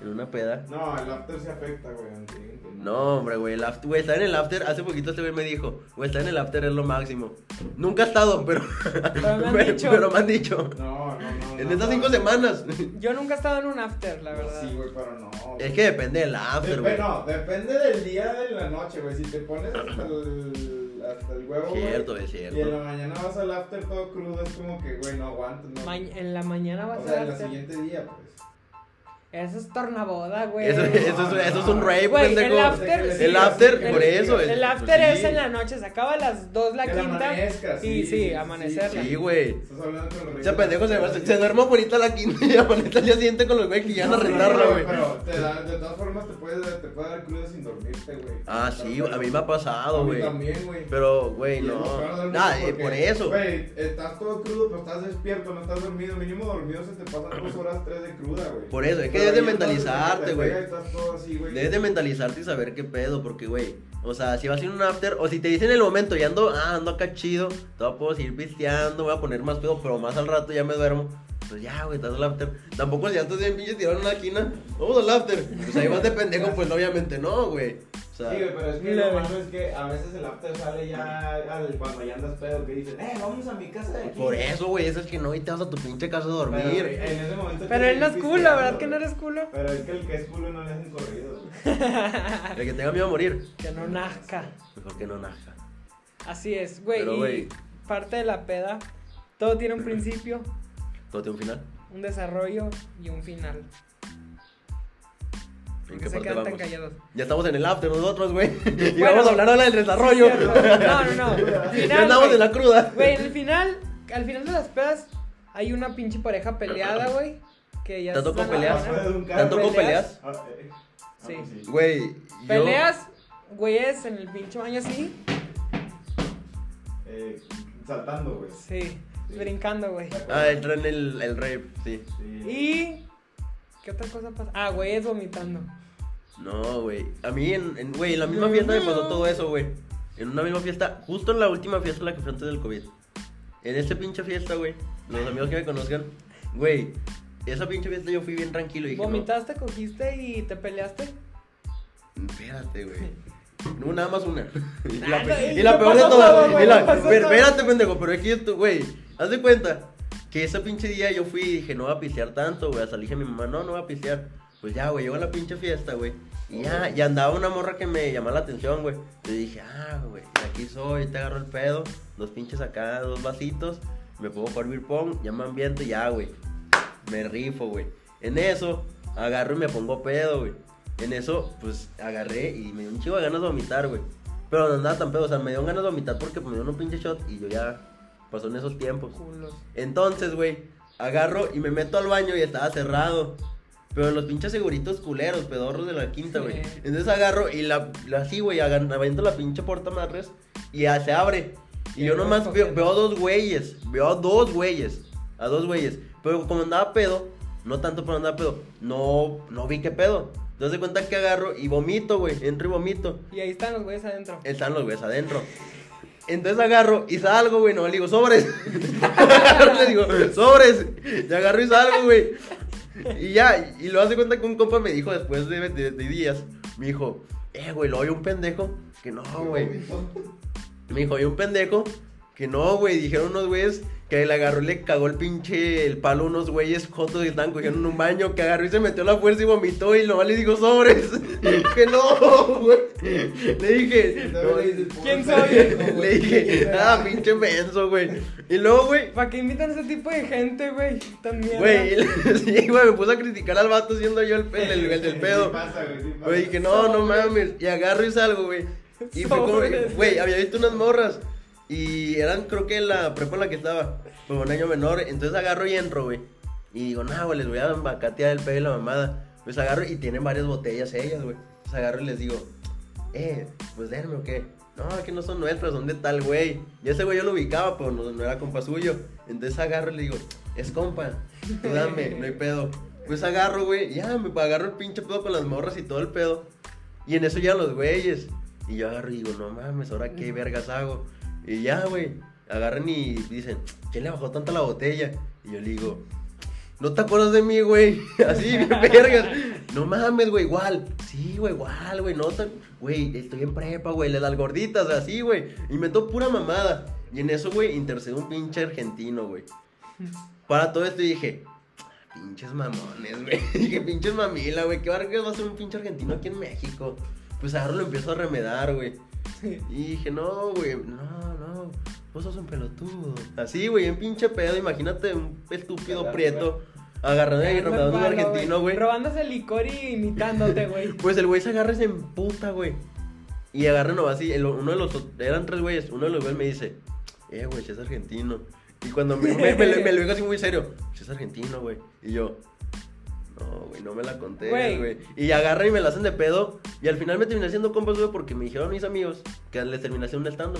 C: en una peda.
D: No, el after se afecta, güey. al siguiente,
C: No, hombre, güey, el after, güey, estar en el after, hace poquito este güey me dijo, güey, estar en el after es lo máximo. Nunca he estado, pero,
A: Pero me han
C: pero-
A: dicho.
C: pero me han dicho.
D: No, no, no.
C: En
D: no,
C: estas
D: no.
C: cinco semanas.
A: Yo nunca he estado en un after, la
D: No,
A: verdad.
D: Sí, güey, pero no. güey.
C: Es que depende del after,
D: Dep-
C: güey.
D: no, depende del día de la noche, güey. Si te pones hasta el, hasta el huevo, güey,
C: Cierto, es
D: Y en la
C: cierto.
D: mañana vas al after todo crudo, es como que, güey, no aguanto. No.
A: Ma- en la mañana va
D: o
A: a
D: sea,
A: ser
D: el
A: after.
D: siguiente día, pues.
A: Eso es tornaboda, güey.
C: Eso, eso es, eso es un rape,
A: Güey,
C: pendejo.
A: el after,
D: El
A: sí,
C: after,
A: el-
C: por eso,
A: El,
C: el-
A: after
C: pues,
A: es
C: sí.
A: en la noche, se acaba a las 2 la
D: Que la
A: quinta.
D: amanezca,
A: y sí,
D: sí, sí,
A: amanecerla.
C: Sí, güey.
D: Estás hablando con los
C: Ese pendejo se, se duerme bonita la quinta y amanece al día siguiente con los güeyes que ya van a rentarlo, güey.
D: Pero te da, de todas formas te puede, dar- te puede dar crudo sin dormirte, güey.
C: Ah, sí, a mí me ha pasado,
D: A mí
C: güey.
D: También, güey.
C: Pero, güey,
D: Y es mejor
C: no.
D: dormir
C: Nada, eh,
D: porque,
C: por eso.
D: Güey, estás todo crudo, pero estás despierto, no estás dormido. Mínimo dormido se te pasan dos horas, tres de cruda, güey.
C: Por eso, es que
D: Pero
C: debes de
D: ahí estás-
C: mentalizarte,
D: te
C: güey.
D: pega y Estás todo así, güey.
C: Debes de mentalizarte y saber qué pedo, porque, güey, o sea, si vas a ir a un after, o si te dicen en el momento, ya ando, ah, ando acá chido, todavía puedo seguir pisteando, voy a poner más pedo, pero más al rato ya me duermo. Pues ya, güey, estás al after. Tampoco si antes de pinche tiraron una esquina, vamos al after. Pues ahí vas de pendejo, pues obviamente no, güey. O O sea,
B: Sí, güey, pero es que
A: Mira,
B: lo
A: güey.
B: malo es que a veces el after sale ya al- cuando ya andas pedo que dicen, eh, vamos a mi casa de aquí.
C: por eso, güey, es el que no, y te vas a tu pinche casa a
B: Pero,
C: dormir.
B: güey, en ese momento
A: Pero
B: te
A: él no es
B: estoy
A: culo, ¿verdad
B: pisteando,
A: que no
B: güey.
A: eres culo?
B: Pero es que el que es culo no le hacen corridos, güey.
A: eh.
C: el que tenga miedo a morir,
A: Que no nazca.
C: mejor que no naja.
A: Así es, güey.
C: Pero,
A: y
C: güey.
A: parte de la peda, todo tiene un principio,
C: Todo tiene un final.
A: un desarrollo y un final.
C: ¿En
A: Porque
C: qué
A: se
C: parte
A: quedan
C: vamos?
A: tan callados.
C: Ya estamos en el after nosotros, güey. Y vamos a hablar ahora del desarrollo.
A: Sí, cierto. No, no, no.
C: ya
A: Final,
C: estamos
A: güey.
C: en la cruda.
A: Güey, en el final, al final de las pedas, hay una pinche pareja peleada, güey. Que ya
C: ¿Te tocó
A: están a la
C: pelear?
A: verga.
B: Afuera de un
C: ¿Te
B: carro.
C: han tocado peleas?
B: Ah, eh. Ah,
A: Sí.
B: pues sí.
C: Güey, yo-
A: Peleas, güeyes, en el pinche baño así.
B: Eh, saltando, güey.
A: Sí, brincando, güey.
C: Ah, entró en el, el rape, sí.
B: Sí.
A: Y. ¿Qué otra cosa pasa? Ah, güeyes vomitando.
C: No, güey. A mí, en, en- güey, en la misma fiesta me pasó todo eso, güey. En una misma fiesta, justo en la última fiesta en la que fue antes del COVID. En esta pinche fiesta, güey. Los amigos que me conozcan, güey. Esa pinche fiesta yo fui bien tranquilo y dije, no,
A: ¿Vomitaste, cogiste y te peleaste?
C: Espérate, güey. No, nada más una. Y
A: Ah,
C: la, pe-
A: no,
C: y la
A: no
C: peor de
A: pasó todo,
C: todas.
A: güey,
C: y la-
A: no pasó
C: pero
A: todo.
C: espérate, pendejo, pero aquí, tú, güey, haz de cuenta que ese pinche día yo fui y dije, no voy a pistear tanto, güey. Hasta le dije a mi mamá, no, no voy a pistear. Pues ya, güey, llegó la pinche fiesta, güey. Y ya, y andaba una morra que me llamaba la atención, güey. Y dije, ah, güey, aquí soy, te agarro el pedo. Dos pinches acá, dos vasitos. Me puedo jugar beer pong, ya me ambiente, ya, güey. Me rifo, güey. En eso, agarro y me pongo pedo, güey. En eso, pues agarré y me dio un chivo de ganas de vomitar, güey. Pero no andaba tan pedo, o sea, me dio ganas de vomitar porque pues, me dio un pinche shot y yo ya pasó en esos tiempos.
A: Culos.
C: Entonces, güey, agarro y me meto al baño y estaba cerrado. Pero los pinches seguritos culeros, pedorros de la quinta, güey.
A: Sí.
C: Entonces agarro y la, la- así, güey, agan- aviento la pinche puerta madres y ya se abre. Y
A: Qué
C: yo nomás
A: loco,
C: veo,
A: qué
C: veo a dos güeyes, veo a dos güeyes, a dos güeyes. Pero como andaba pedo, no tanto pero andaba pedo, no, no vi qué pedo. Entonces de cuenta que agarro y vomito, güey, entro y vomito.
A: Y ahí están los güeyes adentro.
C: Están los güeyes adentro. Entonces agarro y salgo, güey. No, le digo, sobres. Agarro y le digo, sobres. Y agarro y salgo, güey. Y ya, y lo hace cuenta que un compa me dijo después de, de- de días, me dijo, eh, güey, lo oye un pendejo. Que no, güey. Me dijo, oye un pendejo. Que no, güey. Dijeron unos güeyes que le agarró y le cagó el pinche el palo a unos güeyes jotos que estaban cogiendo en un baño. Que agarró y se metió a la fuerza y vomitó. Y nomás le digo, sobres. que no, güey. Le dije,
B: Luego le dices, "Puro
A: ¿Quién
B: pendejo,
A: soy?
B: güey".
C: le dije, ah, pinche menso, güey. Y luego, güey,
A: ¿Para qué invitan a ese tipo de gente, güey? Tan mierda.
C: güey, sí, güey, me puse a criticar al vato siendo yo el, el, el- el del
B: Sí
C: pedo.
B: pasa, güey, sí pasa.
C: Güey, dije, no, no mames. Y agarro y salgo, güey. Y fue como,
A: Sobres.
C: güey, había visto unas morras. Y eran, creo que la prepa en la que estaba. Fue un año menor. Entonces agarro y entro, güey. Y digo, nah, güey, les voy a bacatear el pedo y la mamada. Pues agarro y tienen varias botellas ellas, güey. Pues agarro y les digo, eh, pues denme o qué. No, que no son nuestras, son de tal güey. Y ese güey yo lo ubicaba, pero no, no era compa suyo. Entonces agarro y le digo, es compa, tú dame, no hay pedo. Pues agarro, güey, ya me agarro el pinche pedo con las morras y todo el pedo. Y en eso ya los güeyes. Y yo agarro y digo, no mames, ahora qué vergas hago. Y ya, güey, agarran y dicen, ¿quién le bajó tanta la botella? Y yo le digo, no te acuerdas de mí, güey. Así, bien vergas. No mames, güey, igual. Sí, güey, igual, güey. No te... Güey, estoy en prepa, güey. Le das gorditas, así, güey. Inventó pura mamada. Y en eso, güey, intercedió un pinche argentino, güey. Para todo esto y dije, "Ah, pinches mamones, güey. Dije, pinches mamila, güey. ¿Qué vergas va a ser un pinche argentino aquí en México? Pues ahora lo empiezo a remedar, güey. Y dije, no, güey, no, no, vos sos un pelotudo. Así, güey, un pinche pedo, imagínate un estúpido
B: Agarrando,
C: prieto agarrando y
A: Cagando el
C: robando un
A: palo,
C: argentino, güey.
A: Robándose el licor y imitándote, güey.
C: Pues el güey se agarra y se emputa, güey. Y agarra nomás así, el- uno de los, eran tres güeyes, uno de los güeyes me dice, eh, güey, si es argentino. Y cuando me, me, me lo- me lo dijo así muy serio, si es argentino, güey. Y yo, no, güey, no me la conté,
A: Güey.
C: güey. Y agarra y me la hacen de pedo. Y al final me terminé haciendo compas, güey, porque me dijeron mis amigos que les terminé haciendo un stand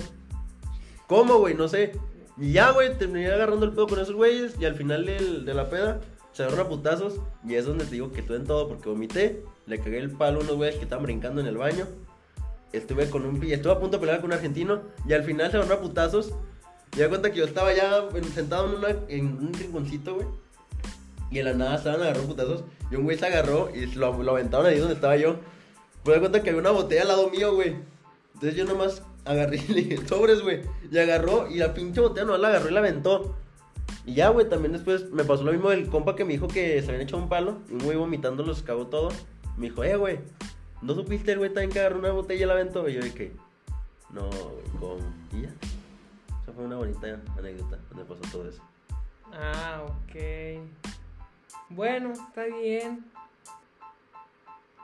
C: ¿Cómo, güey? No sé. Y ya, güey, terminé agarrando el pedo con esos güeyes. Y al final del- de la peda, se agarraron a putazos. Y es donde te digo que estuve en todo porque vomité. Le cagué el palo a unos güeyes que estaban brincando en el baño. Estuve con un pi- estuve a punto de pelear con un argentino. Y al final se agarraron a putazos. Y da cuenta que yo estaba ya en- sentado en, una- en un rinconcito, güey. Y en la nada estaban agarrando putazos. Y un güey se agarró y lo, lo aventaron ahí donde estaba yo. Me doy cuenta que había una botella al lado mío, güey. Entonces yo nomás agarré y le dije, sobres, güey. Y agarró, y la pinche botella nomás la agarró y la aventó. Y ya, güey, también después me pasó lo mismo del compa que me dijo que se habían echado un palo. Y un güey vomitando los cagó todo. Me dijo, eh, güey, ¿no supiste el güey también que agarró una botella y la aventó? Y yo dije, no, güey, ¿cómo? Y ya. Esa fue una bonita anécdota donde pasó todo eso.
A: Ah, ok. Bueno, está bien.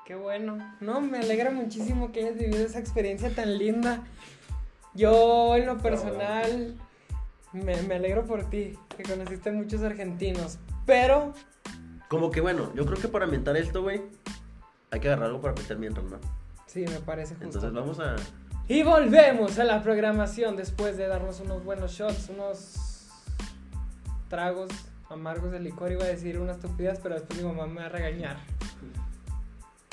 A: Qué bueno. No, me alegra muchísimo que hayas vivido esa experiencia tan linda. Yo, en lo personal, me, me alegro por ti, que conociste muchos argentinos. Pero,
C: Como que bueno, yo creo que para ambientar esto, güey, hay que agarrar algo para pensar mientras, ¿no?
A: sí, me parece justo.
C: Entonces vamos a.
A: Y volvemos a la programación después de darnos unos buenos shots, unos tragos amargos de licor. Iba a decir unas tupidas, pero después mi mamá me va a regañar.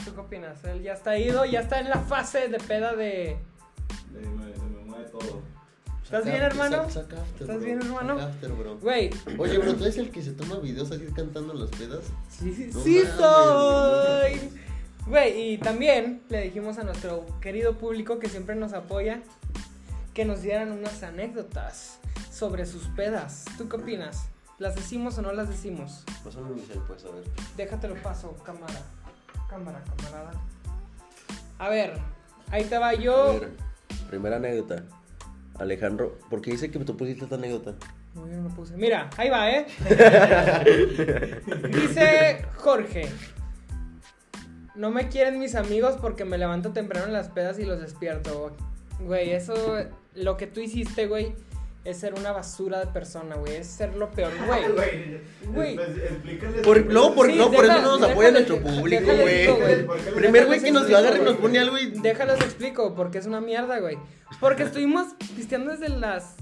A: ¿Tú qué opinas? Él ya está ido, ya está en la fase de peda de...
B: Le- me- se me mueve todo.
A: ¿Estás
E: Saca after,
A: bien, hermano?
E: saca- saca after,
A: ¿Estás
E: bro.
A: bien, hermano?
E: Saca after, bro.
A: Güey,
E: Oye, bro, ¿tú eres el que se toma videos así cantando en las pedas?
A: sí, sí,
E: No
A: sí
E: mames,
A: soy. Güey, y también le dijimos a nuestro querido público que siempre nos apoya que nos dieran unas anécdotas sobre sus pedas. ¿Tú qué opinas? ¿Las decimos o no las decimos?
C: Pásame mi cel, pues, a ver.
A: Déjatelo paso, cámara. Cámara, camarada. A ver, ahí te va yo.
C: A ver, primera anécdota. Alejandro, ¿por qué dice que tú pusiste esta anécdota?
A: No, yo no lo puse. Mira, ahí va, ¿eh? Dice Jorge. No me quieren mis amigos porque me levanto temprano en las pedas y los despierto. Güey, eso, lo que tú hiciste, güey, es ser una basura de persona, güey. Es ser lo peor, güey. Güey.
D: Güey,
B: Pues,
D: explícale.
C: Por- no, por,
A: Sí,
C: no, por eso
A: déjala,
C: no nos
A: déjala,
C: apoya nuestro
A: déjala,
C: público,
A: déjala, digo,
C: güey.
A: güey.
C: Primer güey que nos
A: déjala,
C: agarra y nos
A: déjala,
C: pone algo y...
A: Déjalos explico, porque es una mierda, güey. Porque estuvimos pisteando desde las.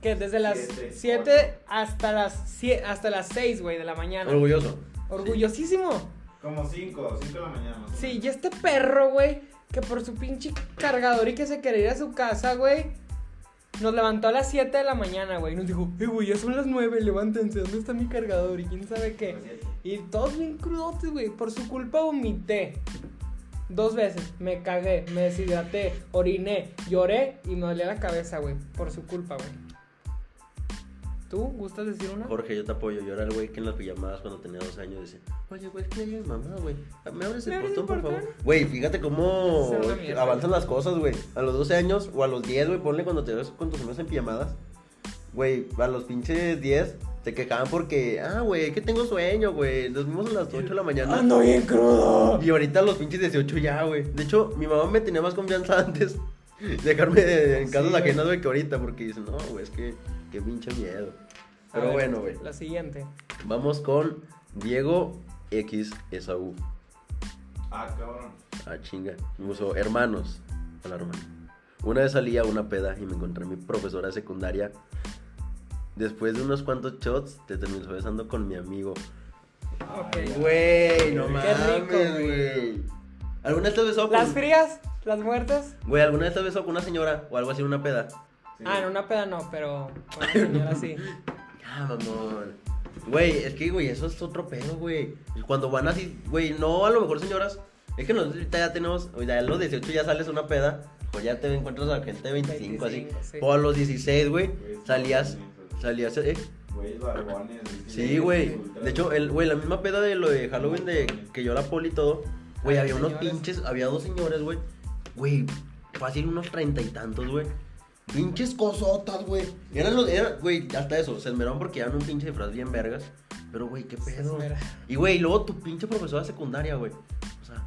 A: que Desde las
B: Siete,
A: 7 hasta las sie- hasta las 6, güey, de la mañana.
C: Orgulloso.
A: Orgullosísimo.
B: Como 5, 5 de la mañana. más o
A: Sí,
B: menos.
A: y este perro, güey, que por su pinche cargador y que se quería ir a su casa, güey, nos levantó a las 7 de la mañana, güey. Nos dijo, eh, güey, ya son las 9, levántense, ¿dónde está mi cargador? Y quién sabe qué. Y todos bien crudotes, güey. Por su culpa vomité. Dos veces. Me cagué, me deshidraté, oriné, lloré y me dolía la cabeza, güey. Por su culpa, güey. ¿Tú gustas decir una?
C: Jorge, yo te apoyo. Yo era el güey que en las pijamadas cuando tenía dos años decía, oye, güey, ¿qué hay mamá, güey? ¿Me abres
A: ¿Me
C: el
A: abres el
C: portón, por
A: portón?
C: favor? Güey, fíjate cómo
A: Es una mierda.
C: avanzan las cosas, güey. A los 12 años o a los 10, güey, ponle cuando te ves con tus amigos en pijamadas. Güey, a los pinches 10 se quejaban porque, ah, güey, que tengo sueño, güey. Nos vimos a las 8 de la mañana.
A: ¡Ando bien crudo!
C: Y ahorita a los pinches 18 ya, güey. De hecho, mi mamá me tenía más confianza antes de dejarme de- en
A: Sí,
C: casas
A: güey.
C: ajenas, güey, que ahorita, porque dice, no, güey, es que, qué pinche miedo. Pero bueno, güey.
A: La siguiente.
C: Vamos con Diego X Esaú.
B: Ah, cabrón.
C: Ah, chinga. Me puso hermanos. Hola, hermano. Una vez salí a una peda y me encontré a mi profesora de secundaria. Después de unos cuantos shots, te terminó besando con mi amigo.
A: Ok.
B: Ay, ya.
C: Güey, no
A: Qué rico,
C: güey. ¿Alguna vez te has besado
A: ¿Las
C: con...
A: frías? ¿Las muertas?
C: Güey, ¿alguna vez te has besado con una señora o algo así en una peda?
B: Sí.
A: Ah, en una peda no, pero con una señora sí.
C: Ah, mamón. Güey, es que, güey, eso es otro pedo, güey. Cuando van así, güey, no, a lo mejor, señoras. Es que nosotros ahorita ya tenemos, o sea, a los 18 ya sales a una peda, o ya te encuentras a gente de 25, así.
A: 25, sí.
C: O a los 16, güey,
B: Güey,
C: salías,
B: sí.
C: salías, eh.
B: Güeyes barbones. güey.
C: Sí, güey.
B: Ultra-
C: De hecho, el, güey, la misma peda de lo de Halloween de que yo la poli y todo. Güey,
A: Ah,
C: había unos
A: señores.
C: pinches, había dos señores, güey. Güey, fácil unos treinta y tantos, güey. Pinches cosotas, güey. Eran los, era, güey, hasta eso, se esmeraron porque eran un pinche disfraz bien vergas. Pero, güey, qué
A: Se
C: pedo.
A: esmera.
C: Y, güey, luego tu pinche profesora de secundaria, güey. O sea,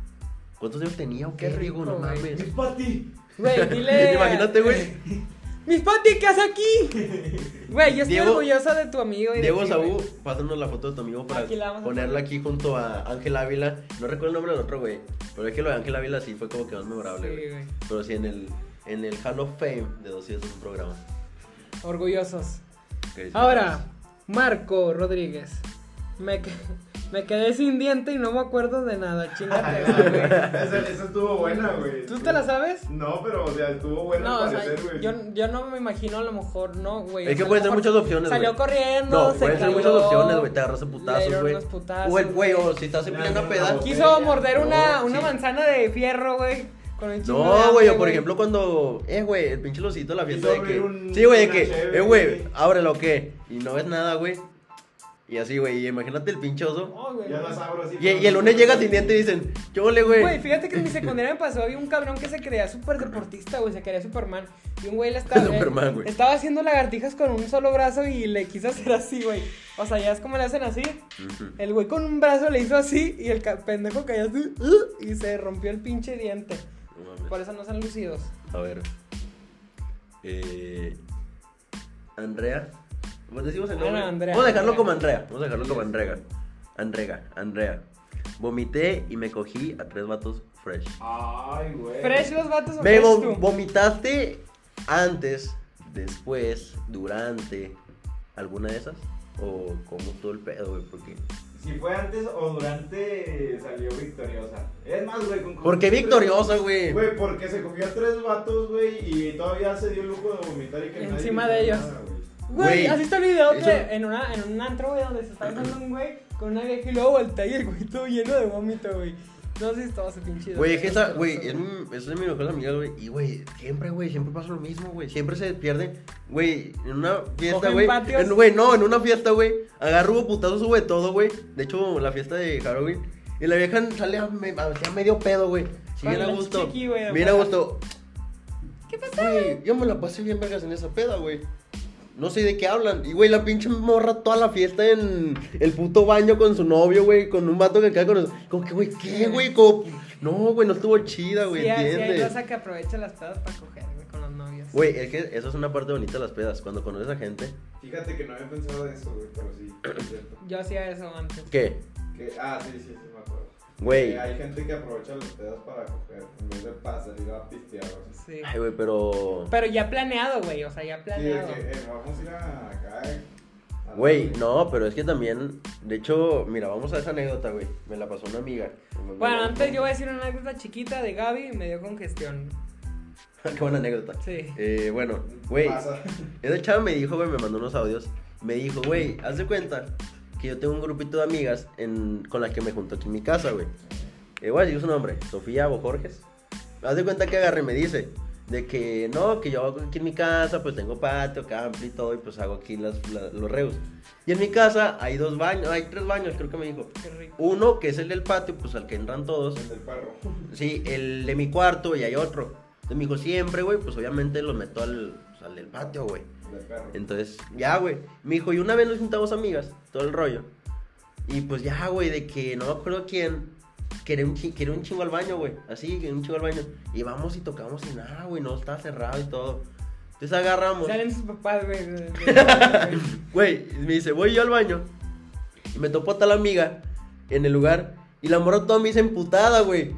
C: ¿cuántos años tenía o qué,
A: Qué
C: rico, no
A: rico, güey.
C: mames?
B: Es para ti.
A: Güey, dile.
C: Imagínate, güey.
A: ¡Mis pati, qué haces aquí! Güey, yo estoy
C: Diego-
A: orgullosa de tu amigo. Y de
C: Diego
A: ti,
C: Saúl,
A: güey.
C: pásanos la foto de tu amigo para
A: Aquí la vamos a
C: ponerla
A: poner.
C: aquí junto a Ángel Ávila. No recuerdo el nombre del otro, güey. Pero es que lo de Ángel Ávila sí fue como que más memorable,
A: Sí,
C: güey.
A: güey.
C: Pero sí en el, en el Hall of Fame de 200 es un programa.
A: Orgullosos.
C: que dice-
A: Ahora, Marco Rodríguez. Me, que- Me quedé sin diente y no me acuerdo de nada, chingate.
D: Esa, güey, esa, esa estuvo buena, güey.
A: Ah, ¿Tú te la sabes?
D: No, pero, o sea, estuvo buena
A: No, o
D: al
A: sea,
D: parecer, güey.
A: yo, yo no me imagino, a lo mejor no, güey.
C: Es
A: O
C: que
A: sea, a
C: pueden
A: lo
C: ser
A: mejor
C: muchas opciones, güey.
A: Salió corriendo,
C: No,
A: se
C: pueden ser
A: cayó,
C: muchas opciones, güey. Te agarras a
A: le
C: putazos,
A: dieron
C: güey.
A: unos putazos,
C: O el güey, o si estás empezando
D: no,
C: a pedar.
D: no,
A: Quiso
D: Güey,
A: morder
C: no,
A: una, una
C: sí.
A: manzana de fierro, güey. Con un chingo de
C: No,
A: hambre,
C: güey, o por ejemplo cuando, eh, güey, el pinche losito de la fiesta
D: Quiso
C: de que,
D: abrir un-
C: sí, güey, de
D: una
C: que,
D: cheve,
C: eh, güey,
D: güey.
C: ábrelo, ¿qué? Y no ves nada, güey, y así, güey, y imagínate el pinche oso,
A: No, güey.
D: Ya las abro así.
C: y, y el lunes llega sin diente y dicen, yo le, güey, este,
A: Güey, fíjate que en mi secundaria me pasó, había un cabrón que se creía súper deportista, güey, se creía Superman. Y un güey le estaba,
C: Superman, güey.
A: estaba haciendo lagartijas con un solo brazo y le quiso hacer así, güey. O sea, ya es como le hacen así.
C: Ujú.
A: El güey con un brazo le hizo así y el ca- pendejo cayó así ¡uh! y se rompió el pinche diente.
C: No mames.
A: Por eso no son lucidos.
C: a ver, eh, Andrea, Pues decimos el
A: Ah,
C: nombre,
A: no, Andrea.
C: vamos a dejarlo como Andrea, vamos a dejarlo como Andrea, Andrea, Andrea, vomité y me cogí a tres vatos fresh.
D: Ay, güey.
A: Fresh los vatos o
C: Me
A: fresh
C: vo-
A: tú.
C: vomitaste antes, después, durante alguna de esas o como todo el pedo, güey, porque
D: Si fue antes o durante, salió victoriosa. Es más, güey, con.
C: porque victorioso, güey.
D: Güey, porque se cogió a tres vatos, güey, y todavía se dio el lujo de vomitar y que nadie
A: Encima
D: dijo
A: de ellos.
D: nada, güey.
A: Güey,
C: Güey,
A: ¿has visto el video
C: eso-
A: que en, una, en un antro, güey, donde se está besando un güey con una vieja y luego voltea y el güey todo lleno de vómito, güey? No sé si todo ese pinche.
C: Güey, es que esa, güey, es, mi- es de mis mejores amigas, güey. Y, güey, siempre, güey, siempre pasa lo mismo, güey. Siempre se pierden, güey, en una fiesta,
A: Cogen
C: güey.
A: patios.
C: en- Güey, no, en una fiesta, güey. Agarro hubo putazos, güey, todo, güey. De hecho, la fiesta de Halloween. Y la vieja sale a, me- a- a medio pedo, güey. Si
A: Con
C: bien a
A: la
C: gusto.
A: chiqui, güey,
C: Bien
A: afuera.
C: a gusto. ¿Qué pasa? Güey, yo me la pasé bien vergas en esa peda, güey. No sé de qué hablan. Y, güey, la pinche morra toda la fiesta en el puto baño con su novio, güey. Con un vato que cae con los... Como que, güey, ¿qué, güey? Como... No, güey, no estuvo chida, güey,
A: Sí, hay- sí, hay
C: ¿entiendes?
A: raza que aprovecha las pedas para coger, güey, con los novios.
C: Güey, es que eso es una parte bonita de las pedas. Cuando conoces a gente...
D: Fíjate que no había pensado en eso, güey, pero sí, es cierto.
A: Yo hacía eso antes.
C: ¿Qué?
D: Que, ah, sí, sí, sí, me acuerdo.
C: Güey.
D: Que Hay gente que aprovecha los pedos para coger, en vez de pasar y a pistear. güey.
A: Sí.
C: Ay, güey, pero...
A: Pero ya planeado, güey, o sea, ya
D: Sí, de
A: planeado.
D: que, eh, vamos a ir a acá, eh, a-
C: Güey, no, pero es que también... De hecho, mira, vamos a esa anécdota, güey. Me la pasó una amiga.
A: Bueno, antes yo voy a decir una anécdota chiquita de Gaby y me dio congestión.
C: Qué buena anécdota.
A: Sí.
C: Eh, bueno, güey...
D: Pasa.
C: Esa chava me dijo, güey, me mandó unos audios. Me dijo, güey, haz de cuenta que yo tengo un grupito de amigas en- con las que me junto aquí en mi casa, güey. Eh, voy a decir su nombre, Sofía o Jorges. Haz de cuenta que agarre y me dice de que no, que yo hago aquí en mi casa, pues tengo patio, campo y todo, y pues hago aquí las- la- los reus. Y en mi casa hay dos baños, hay tres baños, creo que me dijo.
A: Qué rico.
C: Uno que es el del patio, pues al que entran todos.
D: El del perro.
C: Sí, el de mi cuarto y hay otro. Entonces me dijo, siempre, güey, pues obviamente los meto al, pues, al del patio, güey.
D: El del perro.
C: Entonces, ya, güey. Me dijo, y una vez nos juntamos amigas, todo el rollo. Y pues ya, güey, de que no me acuerdo quién, quería un, chi- quería un chingo al baño, güey. Así, quería un chingo al baño. Y vamos y tocamos y nada, güey, no, estaba cerrado y todo. Entonces agarramos.
A: Salen sus papás, güey. de- de-
C: Güey, y me dice, voy yo al baño. Y me topó a tal amiga en el lugar. Y la morra toda me dice emputada, güey.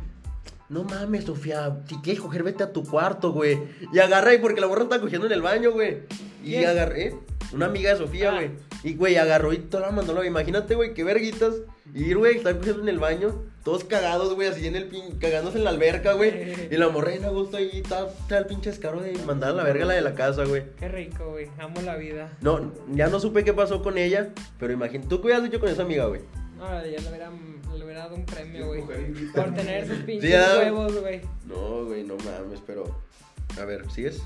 C: No mames, Sofía, si quieres coger, vete a tu cuarto, güey. Y agarré, porque la morra está cogiendo en el baño, güey. Y
A: ¿Quién?
C: agarré, ¿eh? una amiga de Sofía,
A: Ah.
C: güey. Y, güey, agarró y toda la mandó. la- Imagínate, güey, qué verguitas. Y ir, güey, están cogiendo en el baño. Todos cagados, güey, así en el pin... cagándose en la alberca, güey. Y la morra en gusto ahí, está está el pinche escaro de mandar a la verga la de la casa, güey.
A: Qué rico, güey. Amo la vida.
C: No, ya no supe qué pasó con ella, pero imagínate, ¿tú qué hubieras hecho con esa amiga, güey?
A: Ahora ya le hubiera, le hubiera dado un premio,
D: Es
A: güey.
D: mujer invitante.
A: Por tener sus pinches
C: Sí, ya.
A: huevos, güey.
C: No, güey, no mames, pero... A ver, ¿sigues?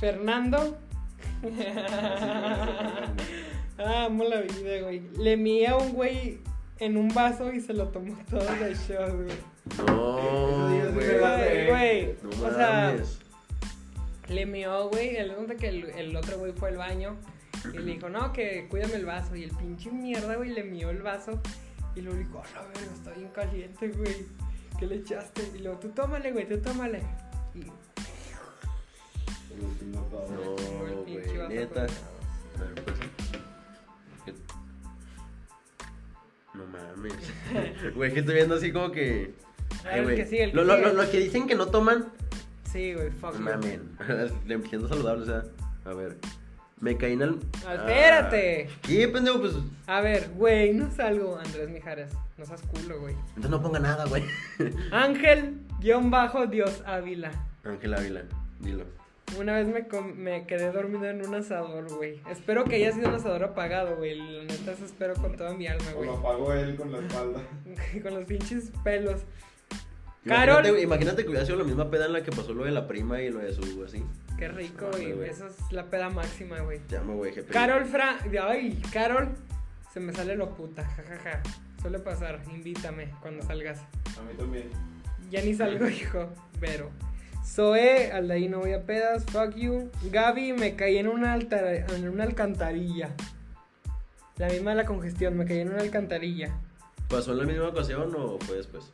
A: Fernando. ah, amo la vida, güey. Le mía a un güey en un vaso y se lo tomó todo de shot, güey.
C: No,
D: Eso sí,
C: güey.
D: es verdad.
A: Güey, güey.
C: No
A: o sea,
C: mames.
A: le mió, güey. El punto que el, el otro güey fue al baño y le dijo, no, que cuídame el vaso. Y el pinche mierda, güey, le mió el vaso y luego dijo, a la verga, está bien caliente, güey. ¿Qué le echaste? Y luego, tú tómale, güey, tú tómale. Y
D: El último todo.
C: No,
A: tomó el
C: güey,
A: pinche pues. vaso
C: neta.
A: con-
C: A ver, pues. ¿Qué? No mames. Güey, que estoy viendo así como que... eh,
A: A ver, el
C: güey.
A: que sigue, el que
C: Lo- lo-
A: sigue.
C: lo- Los que dicen que no toman...
A: Sí, güey, fuck.
C: Mamen. Le siendo saludable, o sea... A ver. Me caí en el.
A: Ah, espérate.
C: Ah, ¿Qué, pendejo? Pues.
A: A ver, güey, no salgo, Andrés Mijares. No seas culo, güey.
C: Entonces no ponga nada, güey.
A: Ángel, guión bajo, Dios Ávila.
C: Ángel Ávila, dilo.
A: Una vez me, com- me quedé dormido en un asador, güey. Espero que haya sido un asador apagado, güey. La neta, eso espero con toda mi alma,
D: O
A: güey.
D: lo apagó él con la espalda.
A: con los pinches pelos.
C: Imagínate,
A: Carol.
C: güey, Imagínate que hubiera sido la misma peda en la que pasó lo de la prima y lo de su así.
A: Qué rico,
C: Madre,
A: güey.
C: güey.
A: Esa es la peda máxima, güey.
C: Te amo, güey, jefe.
A: Carol Fra. Ay, Carol. Se me sale lo puta, jajaja. Suele pasar, invítame cuando salgas.
D: A mí también.
A: Ya ni salgo, hijo. Pero. Zoe, al de ahí no voy a pedas, fuck you. Gaby, me caí en una, alta- en una alcantarilla. La misma de la congestión, me caí en una alcantarilla.
C: ¿Pasó en la misma ocasión o fue después?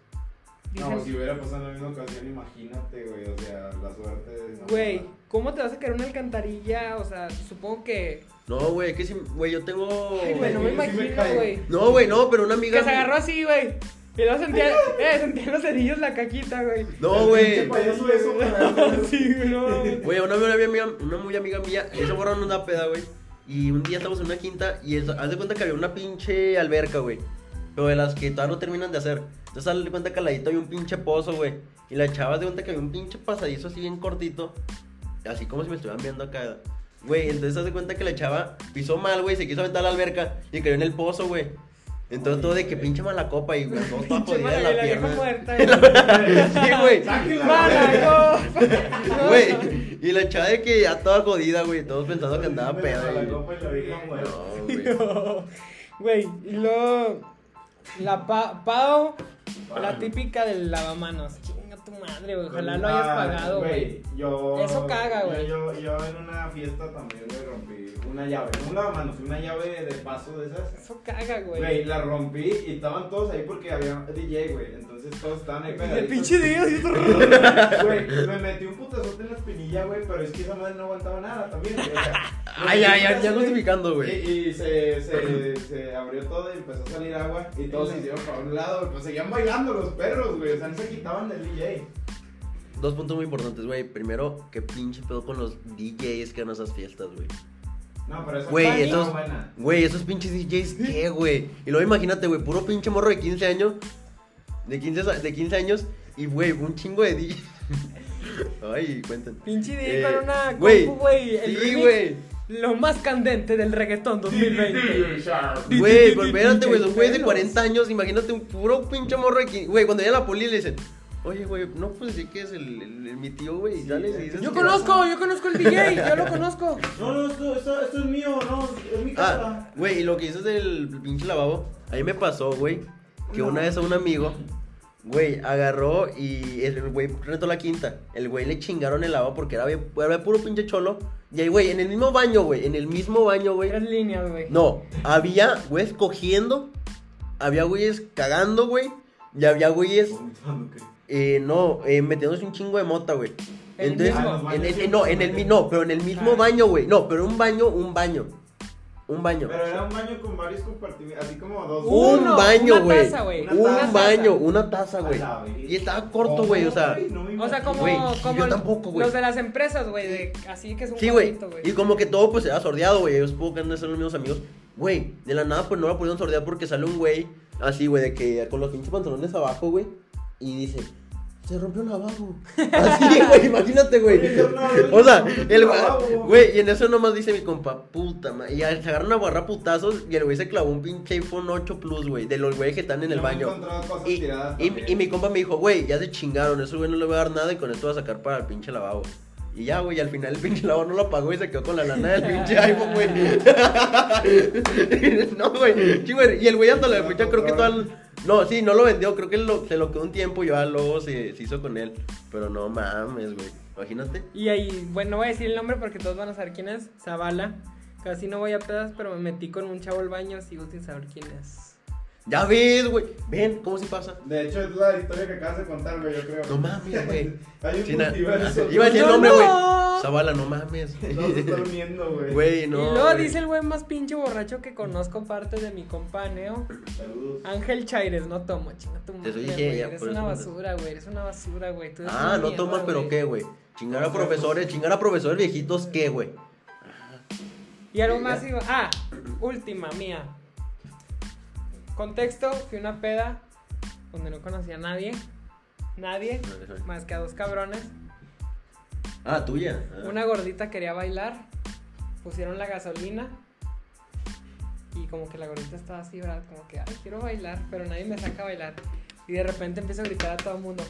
A: Dicen,
D: No, si hubiera pasado en la misma ocasión, imagínate, güey. O sea, la suerte de. no
A: güey,
D: pasar.
A: ¿cómo te vas a caer en una alcantarilla? O sea, supongo que.
C: No, güey, que si. Güey, yo tengo.
A: Ay, güey, no me
D: sí me
A: imagino,
D: caigo.
A: güey.
C: No, güey, no, pero una amiga.
A: Que se agarró así, güey. Y luego sentía, eh, sentía los cerillos la caquita, güey.
C: No,
D: Pinche
C: güey.
D: payaso eso, güey.
A: sí, güey, no.
C: Güey, una, una, amiga mía- una muy amiga mía, esa morra no da peda, güey. Y un día estamos en una quinta y es- haz de cuenta que había una pinche alberca, güey. Pero de las que todavía no terminan de hacer. Entonces haz de cuenta que al ladito había un pinche pozo, güey. Y la chava haz de cuenta que había un pinche pasadizo así bien cortito. Así como si me estuvieran viendo acá. Güey, entonces haz de cuenta que la chava pisó mal, güey. Se quiso aventar a la alberca y cayó en el pozo, güey. Entonces todo de que pinche mala copa y güey, todo toda
A: Pinche
C: jodida
A: mala,
C: la
A: la vieja
C: pierna.
A: muerta. güey.
C: Sí, güey.
A: Mala copa.
C: Güey, y la chava de que ya toda jodida, güey, todos pensando que andaba peda.
D: La
C: güey.
D: copa y la vieja muerta.
C: No, güey.
A: Güey, y luego la pa Pau, la típica del lavamanos. Chinga tu madre, güey. Ojalá lo hayas
D: Ah,
A: pagado, güey.
D: Yo,
A: Eso caga, güey.
D: Yo, yo, yo en una fiesta también, güey, rompí una llave. No un lavamanos, una llave de paso de esas.
A: Eso caga,
D: Güey,
A: güey.
D: la rompí y estaban todos ahí porque había DJ, güey. Entonces todos estaban ahí
A: El
D: pegaditos.
A: pinche Dios, y eso-
D: Güey, me metí un putazote en la espinilla, güey, pero es que esa madre no aguantaba nada también. güey, o sea,
C: Ay, ay, ay, ya
D: güey,
C: justificando, güey.
D: Y, y se, se, se abrió todo y empezó a salir agua y todos se hicieron para un lado, güey, pues seguían bailando los perros, güey, o sea, no se quitaban del DJ.
C: Dos puntos muy importantes, güey. Primero, qué pinche pedo con los DJs que dan esas fiestas, güey.
D: No, pero esa
C: Güey,
D: estaba
C: esos,
D: buena.
C: güey, esos pinches DJs, ¿qué, güey? Y luego imagínate, güey, puro pinche morro de 15 años. De 15, sa- de 15 años y, güey, un chingo de DJs. Ay, cuenten.
A: Pinche DJ
C: Eh,
A: con una
C: güey,
A: compu, güey. el
C: Sí,
A: remix,
C: güey.
A: Lo más candente del reggaetón 2020.
C: Güey, pero espérate, güey, son güeyes de
A: Pelos.
C: 40 años, imagínate un puro pinche morro de 15. Güey, cuando llega la poli le dicen, oye, güey, no puedes decir que es el, el- el- mi tío, güey, y sales y dices.
A: eh, Yo
C: que-
A: conozco, yo conozco el DJ, yo lo conozco.
D: No, no, esto, esto, esto es mío, no, es mi
C: Ah, güey, y lo que dices del pinche lavabo, a mí me pasó, güey, que una vez a un amigo, güey, agarró y el güey retó la quinta. El güey le chingaron el lavabo porque era, bien- era puro pinche cholo. Y ahí, güey, en el mismo baño, güey, en el mismo baño, güey.
A: Tres líneas, güey.
C: No, había güeyes cogiendo, había güeyes cagando, güey, y había güeyes, eh, no, eh, metiéndose un chingo de mota, güey.
A: El
C: Entonces,
A: mismo.
D: Ah,
C: en el- en- no, en el mi- no, pero en el mismo
A: Ah.
C: baño, güey. No, pero un baño, un baño. Un baño.
D: Pero era un baño con varios compartimentos, así como dos.
C: Un
A: Uno,
C: baño,
A: una
C: güey.
A: taza, güey.
C: Un
A: Una taza.
C: baño, una taza, güey.
D: A la verga. Oh.
C: Y estaba corto, güey, o sea.
D: Ay, no me
A: O sea, como,
C: Güey,
A: como
C: yo
A: el-
C: tampoco, güey.
A: los de las empresas, güey, de- así que es un
C: Sí, güey.
A: cuadrito,
C: Y como que todo, pues, era sordeado, güey. Ellos puedo que andan siendo los mismos amigos. Güey, de la nada, pues, no la pudieron sordear porque sale un güey así, güey, de que con los pinches pantalones abajo, güey. Y dice, se rompió el lavabo. Así, güey, imagínate, güey. O sea, el
D: lavabo.
C: güey, y en eso nomás dice mi compa, puta madre. Y al- se agarran a barra putazos y el güey se clavó un pinche iPhone 8 Plus, güey, de los güeyes que están en el
D: Yo me he
C: baño.
D: encontrado cosas
C: Y,
D: tiradas
C: y-
D: también.
C: y mi compa me dijo, güey, ya se chingaron, eso güey no le voy a dar nada y con esto va a sacar para el pinche lavabo. Y ya, güey, al final el pinche lavabo no lo pagó y se quedó con la lana del pinche iPhone, güey. no, güey, chingo, Y el güey hasta la fecha creo que todo No, sí, no lo vendió, creo que lo- se lo quedó un tiempo y ya luego se, se hizo con él. Pero no mames, güey, imagínate.
A: Y ahí, bueno, no voy a decir el nombre porque todos van a saber quién es. Zavala. Casi no voy a pedas, pero me metí con un chavo al baño, sigo sin saber quién es.
C: Ya ves, güey, ven, ¿cómo se pasa?
D: De hecho, es la historia que acabas de contar, güey, yo creo.
C: No mames, güey.
D: Hay un
C: Sí, na- ah,
D: multiverso.
C: Iba a decir el
A: No,
C: nombre, güey.
A: no.
C: Zavala, no mames.
D: Todos se están uniendo, güey.
C: Güey, no.
A: y luego
C: güey.
A: dice el güey más pinche borracho que conozco parte de mi compa Neo.
D: Saludos.
A: Ángel Chaires, no tomo, chinga tu madre,
C: Te lo dije,
A: güey,
C: ya,
A: eres
C: por
A: una
C: eso me-
A: basura, güey, eres una basura, güey. tú eres
C: Ah,
A: una
C: no
A: mierda,
C: toman, pero
A: güey.
C: qué, güey. Chingar a profesores, chingar a profesores viejitos, qué, güey.
A: Y algo más.
E: ya.
A: iba- Ah, última mía. Contexto: fui a una peda donde no conocía a nadie. Nadie. Más que a dos cabrones.
C: Ah, tuya. Ah.
A: Una gordita quería bailar. Pusieron la gasolina. Y como que la gordita estaba así, ¿verdad? Como que, ay, quiero bailar, pero nadie me saca a bailar. Y de repente empiezo a gritar a todo el mundo.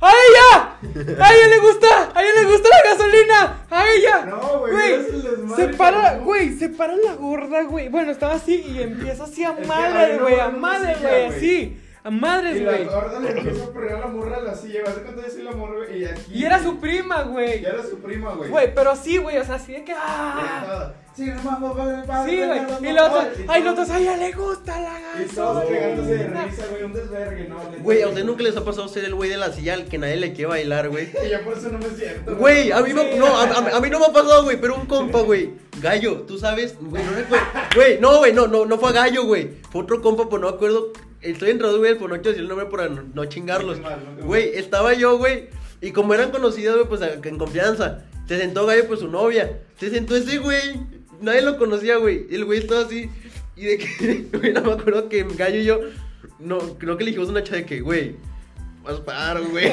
A: ¡A ella! ¡A ella le gusta! ¡A ella le gusta la gasolina! ¡A ella!
D: No, güey,
A: Güey,
D: es el desmadre.
A: Se para,
D: ¿no?
A: güey, se para la gorda, güey. Bueno, estaba así y empieza así a
D: Es que
A: madre,
D: ahí no
A: güey,
D: va
A: a
D: una
A: madre,
D: silla,
A: güey,
D: güey.
A: así. A
D: Y
A: madres,
D: la
A: güey.
D: gorda le empieza a pegar la morra a la silla. ¿Vas a contar yo soy la morra, güey? Y aquí.
A: Y era su prima,
D: Y
A: güey.
D: era su prima, güey.
A: Güey, pero así, güey, o sea, así de que. ¡Ah!
D: Conectada. Sí, no mames, padre, padre.
A: Sí, güey.
D: no, no,
A: Y los otros,
D: padre.
A: ay, los otros, ay, ya le gusta la
D: Y todos cagándose de
A: gasolina.
D: risa, güey. Un desvergue, no. neta.
C: Güey, a usted nunca les ha pasado ser el güey de la silla al que nadie le quiere bailar, güey.
D: Y yo por eso no me siento.
C: Güey, a mí, me- no, a, a- a mí no me ha pasado, güey, pero un compa, güey. Gallo, tú sabes, güey, no recuerdo. Güey, no, güey, no, no, no fue a Gallo, güey. Fue otro compa, pues no me acuerdo. Estoy en güey, por no quiero decir el nombre para no, no chingarlos.
D: No te mal, no te mal.
C: Güey, estaba yo, güey. Y como eran conocidos, güey, pues a- en confianza. Se sentó Gallo, pues su novia. Se sentó ese güey. Nadie lo conocía, güey. Y el güey estaba así. Y de que, güey, no me acuerdo que Gallo y yo. No, creo que le dijimos una chava de que, güey. Vas paro, güey.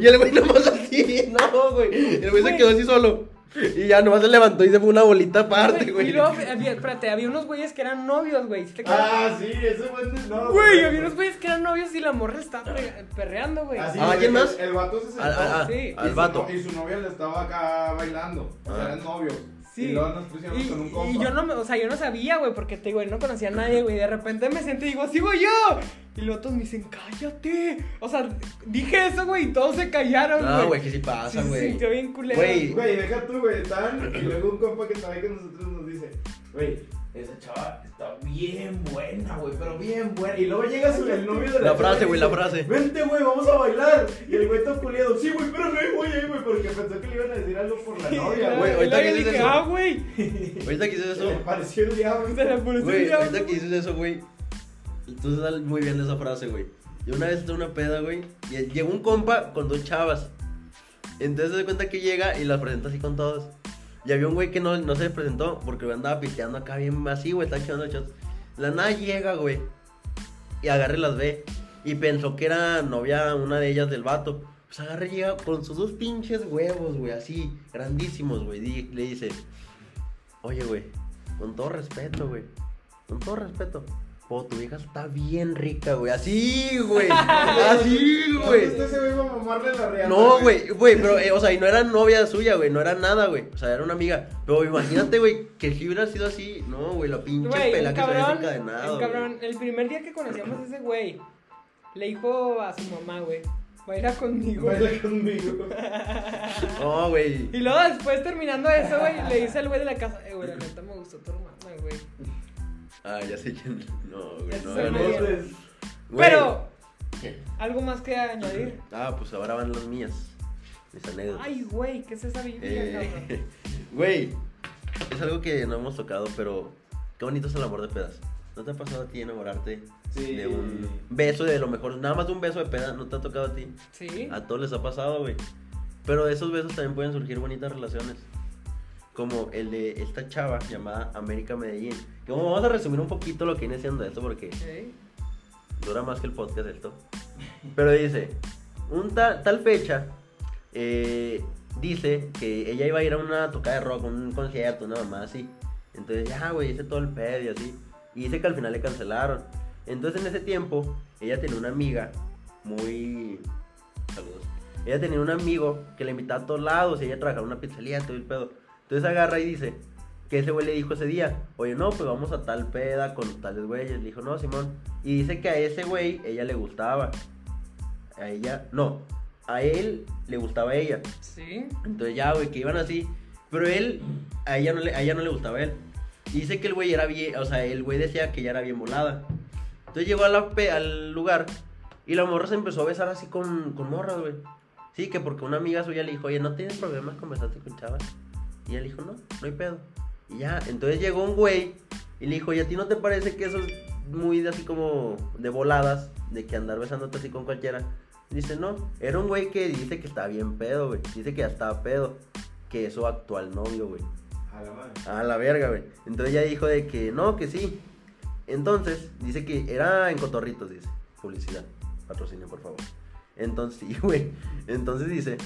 C: y el güey nomás así, no, güey. El güey se
A: Güey.
C: quedó así solo. Y ya nomás se levantó y se fue una bolita aparte,
A: Güey,
C: güey.
A: Y luego, había, espérate, había unos güeyes que eran novios, güey. ¿sí te acuerdas?
D: Ah, sí, ese güey no.
A: Güey, había unos güeyes que eran novios y la morra estaba pre- perreando, güey.
D: Así,
C: Ah,
D: güey,
C: ¿quién más?
D: El, el vato se sentó.
C: Al, al- al-
A: Sí.
C: al
D: y su
C: vato.
D: no- y su novia le estaba acá bailando. O sea,
C: Ah.
D: eran novios.
A: Sí.
D: Y luego nos pusimos
A: Y,
D: con un compa.
A: y yo no, me- o sea, yo no sabía, güey, porque te digo, yo no conocía a nadie, güey. De repente me senté y digo, sigo yo. Y los otros me dicen, cállate. O sea, dije eso, güey, y todos se callaron, güey.
C: No, Ah, güey, que sí
A: Sí,
C: pasa,
A: se
C: güey.
A: sintió bien culero.
C: Güey.
D: Güey, deja tú, güey, estaban y luego un compa que estaba ahí con nosotros nos dice, güey, esa chava está bien buena, güey, pero bien buena. Y luego llega su, el novio de la
C: La
D: chava
C: frase,
D: y
C: güey,
D: dice,
C: la frase.
D: Vente, güey, vamos a bailar. Y el güey está culiado, sí, güey, pero no hay güey ahí, güey, porque pensó que le iban a decir algo por la
A: Y
D: novia,
C: Güey,
D: güey.
C: ahorita
A: luego
C: que
A: dije,
C: dices eso.
A: ah, güey.
C: Ahorita que dices eso.
D: Me pareció el diablo.
A: Se la policía "Ah,
C: Güey,
A: ya,
C: ahorita que
A: güey.
C: dices eso, güey. Tú sales muy bien de esa frase, güey. Yo una vez estaba en una peda, güey. Y llegó un compa con dos chavas. Entonces se da cuenta que llega y las presenta así con todos. Y había un güey que no, no se presentó porque andaba piteando acá bien así, güey. Estaba echando shots. La nada llega, güey. Y agarre las ve. Y pensó que era novia una de ellas del vato. Pues agarre y llega con sus dos pinches huevos, güey. Así, grandísimos, güey. di- Le dice, oye, güey. Con todo respeto, güey. Con todo respeto. Oh, tu hija está bien rica, güey. Así, güey. Así, güey.
D: Entonces ese este güey iba a mamarle la real.
C: No, güey, güey, pero, eh, o sea, y no era novia suya, güey, no era nada, güey. O sea, era una amiga. Pero imagínate, güey, que si hubiera sido así, no, güey, la pinche
A: Güey,
C: pela
A: un
C: que se había
A: cabrón,
C: encadenado.
A: un
C: güey.
A: cabrón, el primer día que conocíamos a ese güey, le dijo a su mamá, güey, baila conmigo.
D: Baila conmigo.
C: No, güey.
A: ah. Y luego después terminando eso, güey, le dice al güey de la casa, eh, güey, la neta me gustó tu hermana, güey.
C: Ah, ya sé quién. No, güey,
A: Ese
C: no.
A: soy yo.
C: no, güey.
D: Entonces,
A: Pero, ¿algo más que añadir?
C: Ah, pues ahora van las mías. Mis anécdotas.
A: Ay, güey, ¿qué es esa Biblia, cabrón?
C: Eh, Güey, es algo que no hemos tocado, pero qué bonito es el amor de pedas. ¿No te ha pasado a ti enamorarte
D: Sí.
C: de un beso de lo mejor? Nada más de un beso de peda, ¿no te ha tocado a ti?
A: Sí.
C: A todos les ha pasado, güey. Pero de esos besos también pueden surgir bonitas relaciones. Como el de esta chava llamada América Medellín. Que bueno, vamos a resumir un poquito lo que viene siendo esto porque
A: Ok.
C: dura más que el podcast esto. Pero dice, un ta- tal fecha, eh, dice que ella iba a ir a una tocada de rock, un concierto, una mamá así. Entonces, ya, güey, hice todo el pedo y así. Y dice que al final le cancelaron. Entonces, en ese tiempo, ella tenía una amiga muy... Saludos. Ella tenía un amigo que le invitaba a todos lados, ella trabajaba en una pizzería, todo el pedo. Entonces agarra y dice, que ese güey le dijo ese día, oye, no, pues vamos a tal peda con tales güeyes. Le dijo, no, Simón. Y dice que a ese güey ella le gustaba. A ella, no, a él le gustaba a ella.
A: Sí.
C: Entonces ya, güey, que iban así. Pero él, a ella no le, a ella no le gustaba él. Y dice que el güey era bien, o sea, el güey decía que ella era bien volada. Entonces llegó a la pe- al lugar y la morra se empezó a besar así con, con morras, güey. Sí, que porque una amiga suya le dijo, oye, ¿no tienes problemas con besarte con chavas? Y él dijo, no, no hay pedo. Y ya, entonces llegó un güey y le dijo, ¿y a ti no te parece que eso es muy de así como de voladas? De que andar besándote así con cualquiera. Dice, no, era un güey que dice que está bien pedo, güey. Dice que ya estaba pedo. Que es su actual novio, güey.
D: A A la madre.
C: A la verga, güey. Entonces ya dijo de que no, que sí. Entonces, dice que era en Cotorritos, dice. Publicidad. Patrocinio, por favor. Entonces, sí, güey. Entonces dice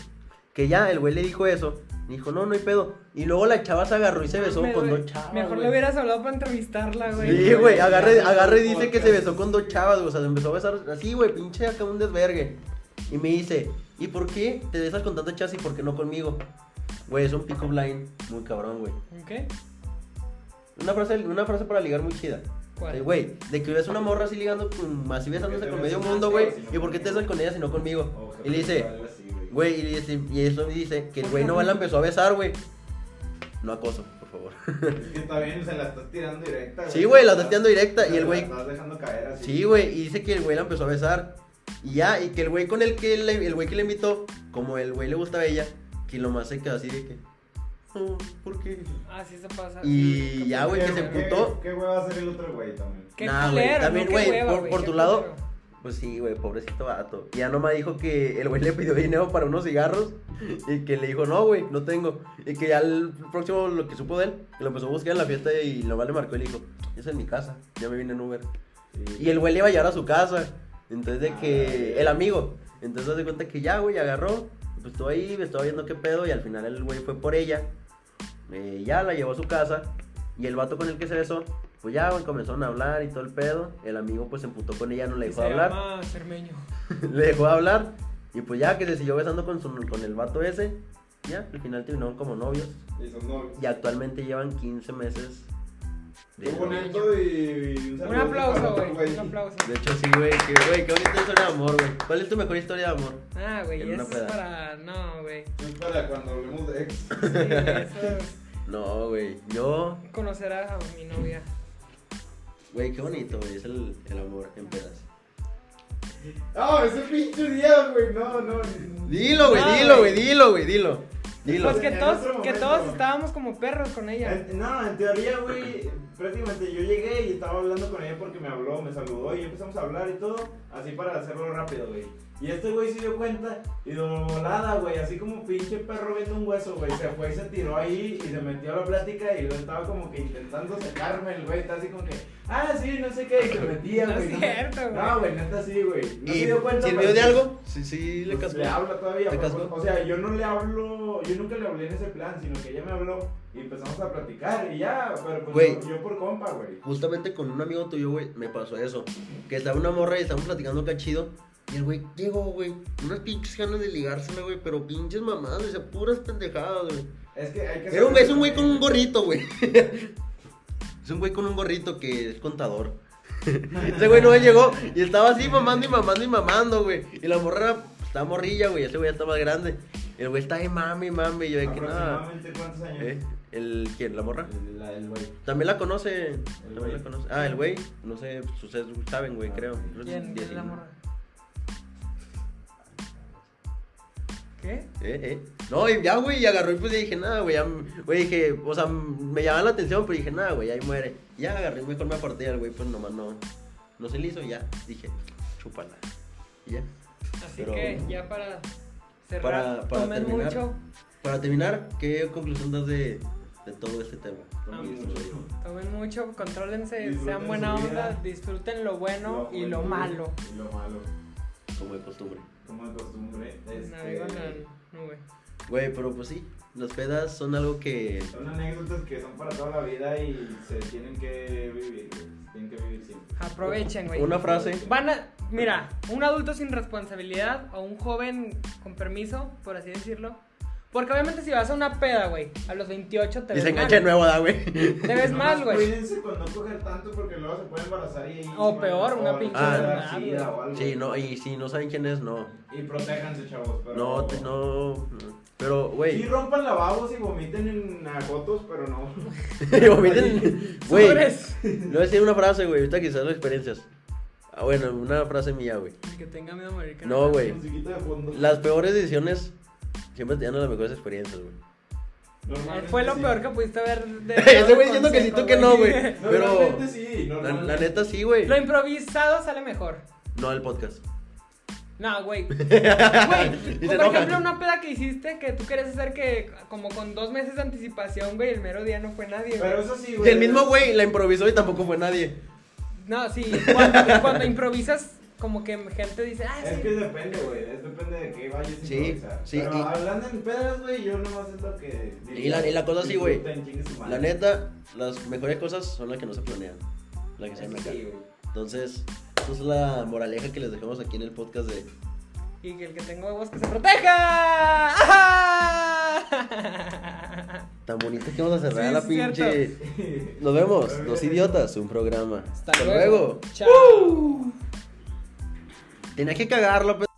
C: que ya el güey le dijo eso. Dijo, no, no hay pedo. Y luego la chava se agarró y se besó
A: Me
C: con
A: duele.
C: dos chavas.
A: Mejor
C: güey.
A: le hubieras hablado para entrevistarla, güey.
C: Sí, güey, agarre, agarre y dice
D: Podcast.
C: que se besó con dos chavas, güey, o sea, se empezó a besar así, güey, pinche acá un desvergue. Y me dice, ¿y por qué te besas con tantas chavas y por qué no conmigo? Güey, es un pick-up line muy cabrón, güey.
A: ¿Qué?
C: Una frase, una frase para ligar muy chida.
A: ¿Cuál?
C: Eh, Güey, de que ves una morra así ligando, con, así besándose
D: te
C: con medio
D: besas con
C: mundo,
D: ella,
C: güey,
D: si no
C: ¿y por qué te besas con ella si no conmigo? Oh,
D: O
C: Y le dice,
D: algo así, güey.
C: Güey, y, le dice- y eso dice que el güey no la empezó a besar, güey. No acoso, por favor.
D: Es que está bien, se la estás tirando directa.
C: Sí, güey, la estás tirando directa y el güey...
D: La estás dejando caer así.
C: Sí, güey, y dice que el güey la empezó a besar. Y ya, y que el güey con el que le, el güey que le invitó, como el güey le gustaba a ella, que lo más se quedó así de que. "Oh, ¿Por qué?
A: Así Ah, se pasa.
C: Y ya, ah, güey, que se
D: ¿Qué-
C: emputó.
D: ¿Qué güey va a hacer el otro güey también?
A: Qué
C: Nah, güey,
A: culero,
C: también,
A: ¿no? Qué
C: güey,
A: hueva,
C: por- por
A: qué
C: tu lado,
A: culero.
C: Pues sí, güey, pobrecito vato. Ya nomás dijo que el güey le pidió dinero para unos cigarros y que le dijo, no, güey, no tengo. Y que ya el próximo lo que supo de él, que lo empezó a buscar en la fiesta y nomás le marcó y le dijo, es en mi casa, ya me vine en Uber. Y el güey le iba a llevar a su casa. Entonces de que el amigo. Entonces hace cuenta que ya, güey, agarró. Pues estuvo ahí, me estaba viendo qué pedo. Y al final el güey fue por ella. Eh, ya la llevó a su casa. Y el vato con el que se besó, pues ya, güey, comenzaron a hablar y todo el pedo. El amigo pues se emputó con ella, no le dejó
A: Se
C: hablar.
A: llama Cermeño.
C: le dejó hablar. Y pues ya que se siguió besando con, su- con el vato ese. Ya, al final terminaron como novios.
D: Y son novios.
C: Y actualmente llevan 15 meses. De,
D: Qué bonito y, y un
A: Un
D: saludo para
A: aplauso,
D: otro
A: güey. Un aplauso.
C: de hecho, sí, güey. Que, güey, qué bonita historia de amor, güey. ¿Cuál es tu mejor historia de amor?
A: Ah, güey,
C: En
A: eso
C: una
A: es
C: peda.
A: para. No, güey. Sí,
D: Es para cuando hablemos de ex.
A: eso es
C: No, güey. Yo,
A: conocer a mi novia.
C: güey, qué bonito, güey. Es el, el amor en pedas.
D: No, ese pinche día, güey. No, no. ni-
C: Dilo, güey,
A: No,
D: Ah,
C: dilo,
A: güey.
C: güey, dilo, güey, dilo. Dilo.
A: Pues que
D: En
A: todos,
D: otro
A: que
D: momento,
A: todos
D: güey.
A: estábamos como perros con ella.
D: En- No, en teoría, güey, prácticamente yo llegué y estaba hablando con ella porque me habló, me saludó y empezamos a hablar y todo, así para hacerlo rápido, güey. Y este güey se dio cuenta y de volada, güey, así como pinche perro viendo un hueso, güey, se fue y se tiró ahí y se metió a la plática y lo estaba como que intentando sacarme el güey, está así como que, ah, sí, no sé qué, y se metía,
A: No es
D: güey.
A: cierto, güey.
D: No, güey, neta sí, güey. No
C: ¿Y
D: se dio cuenta.
C: sirvió
D: pero-
C: de algo? Sí, sí, le
D: pues,
C: cascó.
D: le habla todavía.
C: ¿Te
D: pues,
C: cascó?
D: o sea, yo no le hablo, yo nunca le hablé en ese plan, sino que ella me habló y empezamos a platicar y ya, pero pues
C: Güey.
D: yo, yo por compa, güey.
C: Justamente con un amigo tuyo, güey, me pasó eso. Que estaba una morra y estábamos platicando acá chido. Y el güey llegó, güey. Unas pinches ganas de ligársela, güey. Pero pinches mamadas, o sea, puras pendejadas, güey.
D: Es que hay que
C: Era un güey, es un güey con un
D: gorro
C: gorrito, güey. Es un güey con un gorrito que es contador. Ese güey no él llegó y estaba así mamando y mamando y mamando, güey. Y la morra era- estaba morrilla, güey. Ese güey ya está más grande. Y el güey está ahí, mami, mami. y Yo de que nada. ¿Eh?
D: Aproximadamente cuántos años.
C: ¿El quién? ¿La morra?
D: El- La del
A: Ah,
D: güey.
C: También la conoce. También
D: güey.
C: la conoce. Ah, el güey. No sé, pues, ustedes saben, güey, creo. Creo que es
A: ¿Quién? ¿Quién es la
C: 19.
A: morra? ¿Qué?
C: Eh, eh. No, y ya, güey, y agarró y pues ya dije, nada, güey, ya, güey, dije, o sea, me llamaban la atención, pero dije, nada, güey, ahí muere. Ya agarré, mejor me aparté al güey, pues nomás no, no se le hizo, ya, dije, chúpala. Y ya.
A: Así
C: Pero-
A: que ya para cerrar,
C: Para- para
A: tomen
C: terminar.
A: mucho,
C: Para terminar, ¿qué conclusión das de, de todo este tema?
A: Ah,
D: Muy
A: mucho.
D: mucho.
A: tomen mucho, contrólense,
D: Disfruten
A: sean buena
D: su
A: onda,
D: vida.
A: disfruten lo bueno y lo
D: juventud
A: malo.
D: Y lo malo.
C: Como de costumbre.
D: Como de costumbre.
A: Navegan
D: Este,
A: la nube.
C: Güey, pero pues sí, las pedas son algo que,
D: son anécdotas que son para toda la vida y se tienen que vivir, güey. Tienen que vivir siempre.
A: Aprovechen, güey.
C: una frase,
A: Van a, mira, un adulto sin responsabilidad o un joven con permiso, por así decirlo. Porque obviamente si vas a una peda, güey, a los 28 te
C: y
A: ves
C: se
A: mal.
C: engancha de nuevo, da, güey.
A: Te ves
D: Nomás
A: mal, güey.
D: Cuídense con no coger tanto porque luego se puede embarazar y.
A: O peor, una pinche
D: o
A: enfermedad,
D: sida
A: güey.
D: o algo.
C: Sí, no, y si no saben quién es, no,
D: Y protéjanse, chavos. Pero...
C: no, te- no, no. pero, güey.
D: Sí, rompan lavabos y vomiten en agotos, pero no.
C: Y vomiten. Güey, le
A: Sobres.
C: voy a decir una frase, güey. Ahorita quizás lo experiencias. Ah, bueno, una frase mía, güey.
A: El que tenga miedo a morir. que
C: No, güey.
D: Musiquita de fondo.
C: Las peores decisiones siempre te dan las mejores experiencias, güey.
D: Normalmente
A: Fue lo
D: sí.
A: peor que pudiste ver de
C: Ese güey diciendo que sí, tú que no, güey. Pero.
D: Normalmente sí.
C: La,
D: Normalmente.
C: la neta sí, güey.
A: Lo improvisado sale mejor.
C: No al podcast.
A: No, güey. Güey,
C: Y
A: o
C: se
A: por
C: enoja.
A: ejemplo, una peda que hiciste que tú querías hacer que como con dos meses de anticipación, güey, el mero día no fue nadie. güey.
D: Pero eso sí,
C: Y
D: güey.
C: el mismo güey la improvisó y tampoco fue nadie.
A: No, sí, cuando, cuando improvisas, como que gente dice, ah,
D: Es
A: sí.
D: que depende, güey. Es depende de qué vayas a
C: Sí,
D: improvisar.
C: sí,
D: Pero
C: y-
D: hablando en pedas, güey, yo nomás es lo que.
C: Y la- y la cosa sí, güey.
D: Disfruten, chingue su madre.
C: La neta, las mejores cosas son las que no se planean. Las que se
D: Eso
C: acá.
D: sí, güey.
C: Entonces, esa es la moraleja que les dejamos aquí en el podcast de
A: Y que el que tenga huevos que se proteja. ¡Ajá!
C: tan bonita que vamos a cerrar
A: Sí,
C: la
A: es
C: pinche. Nos vemos, los idiotas, un programa.
A: Chao.
C: Tenía que cagarlo, pe-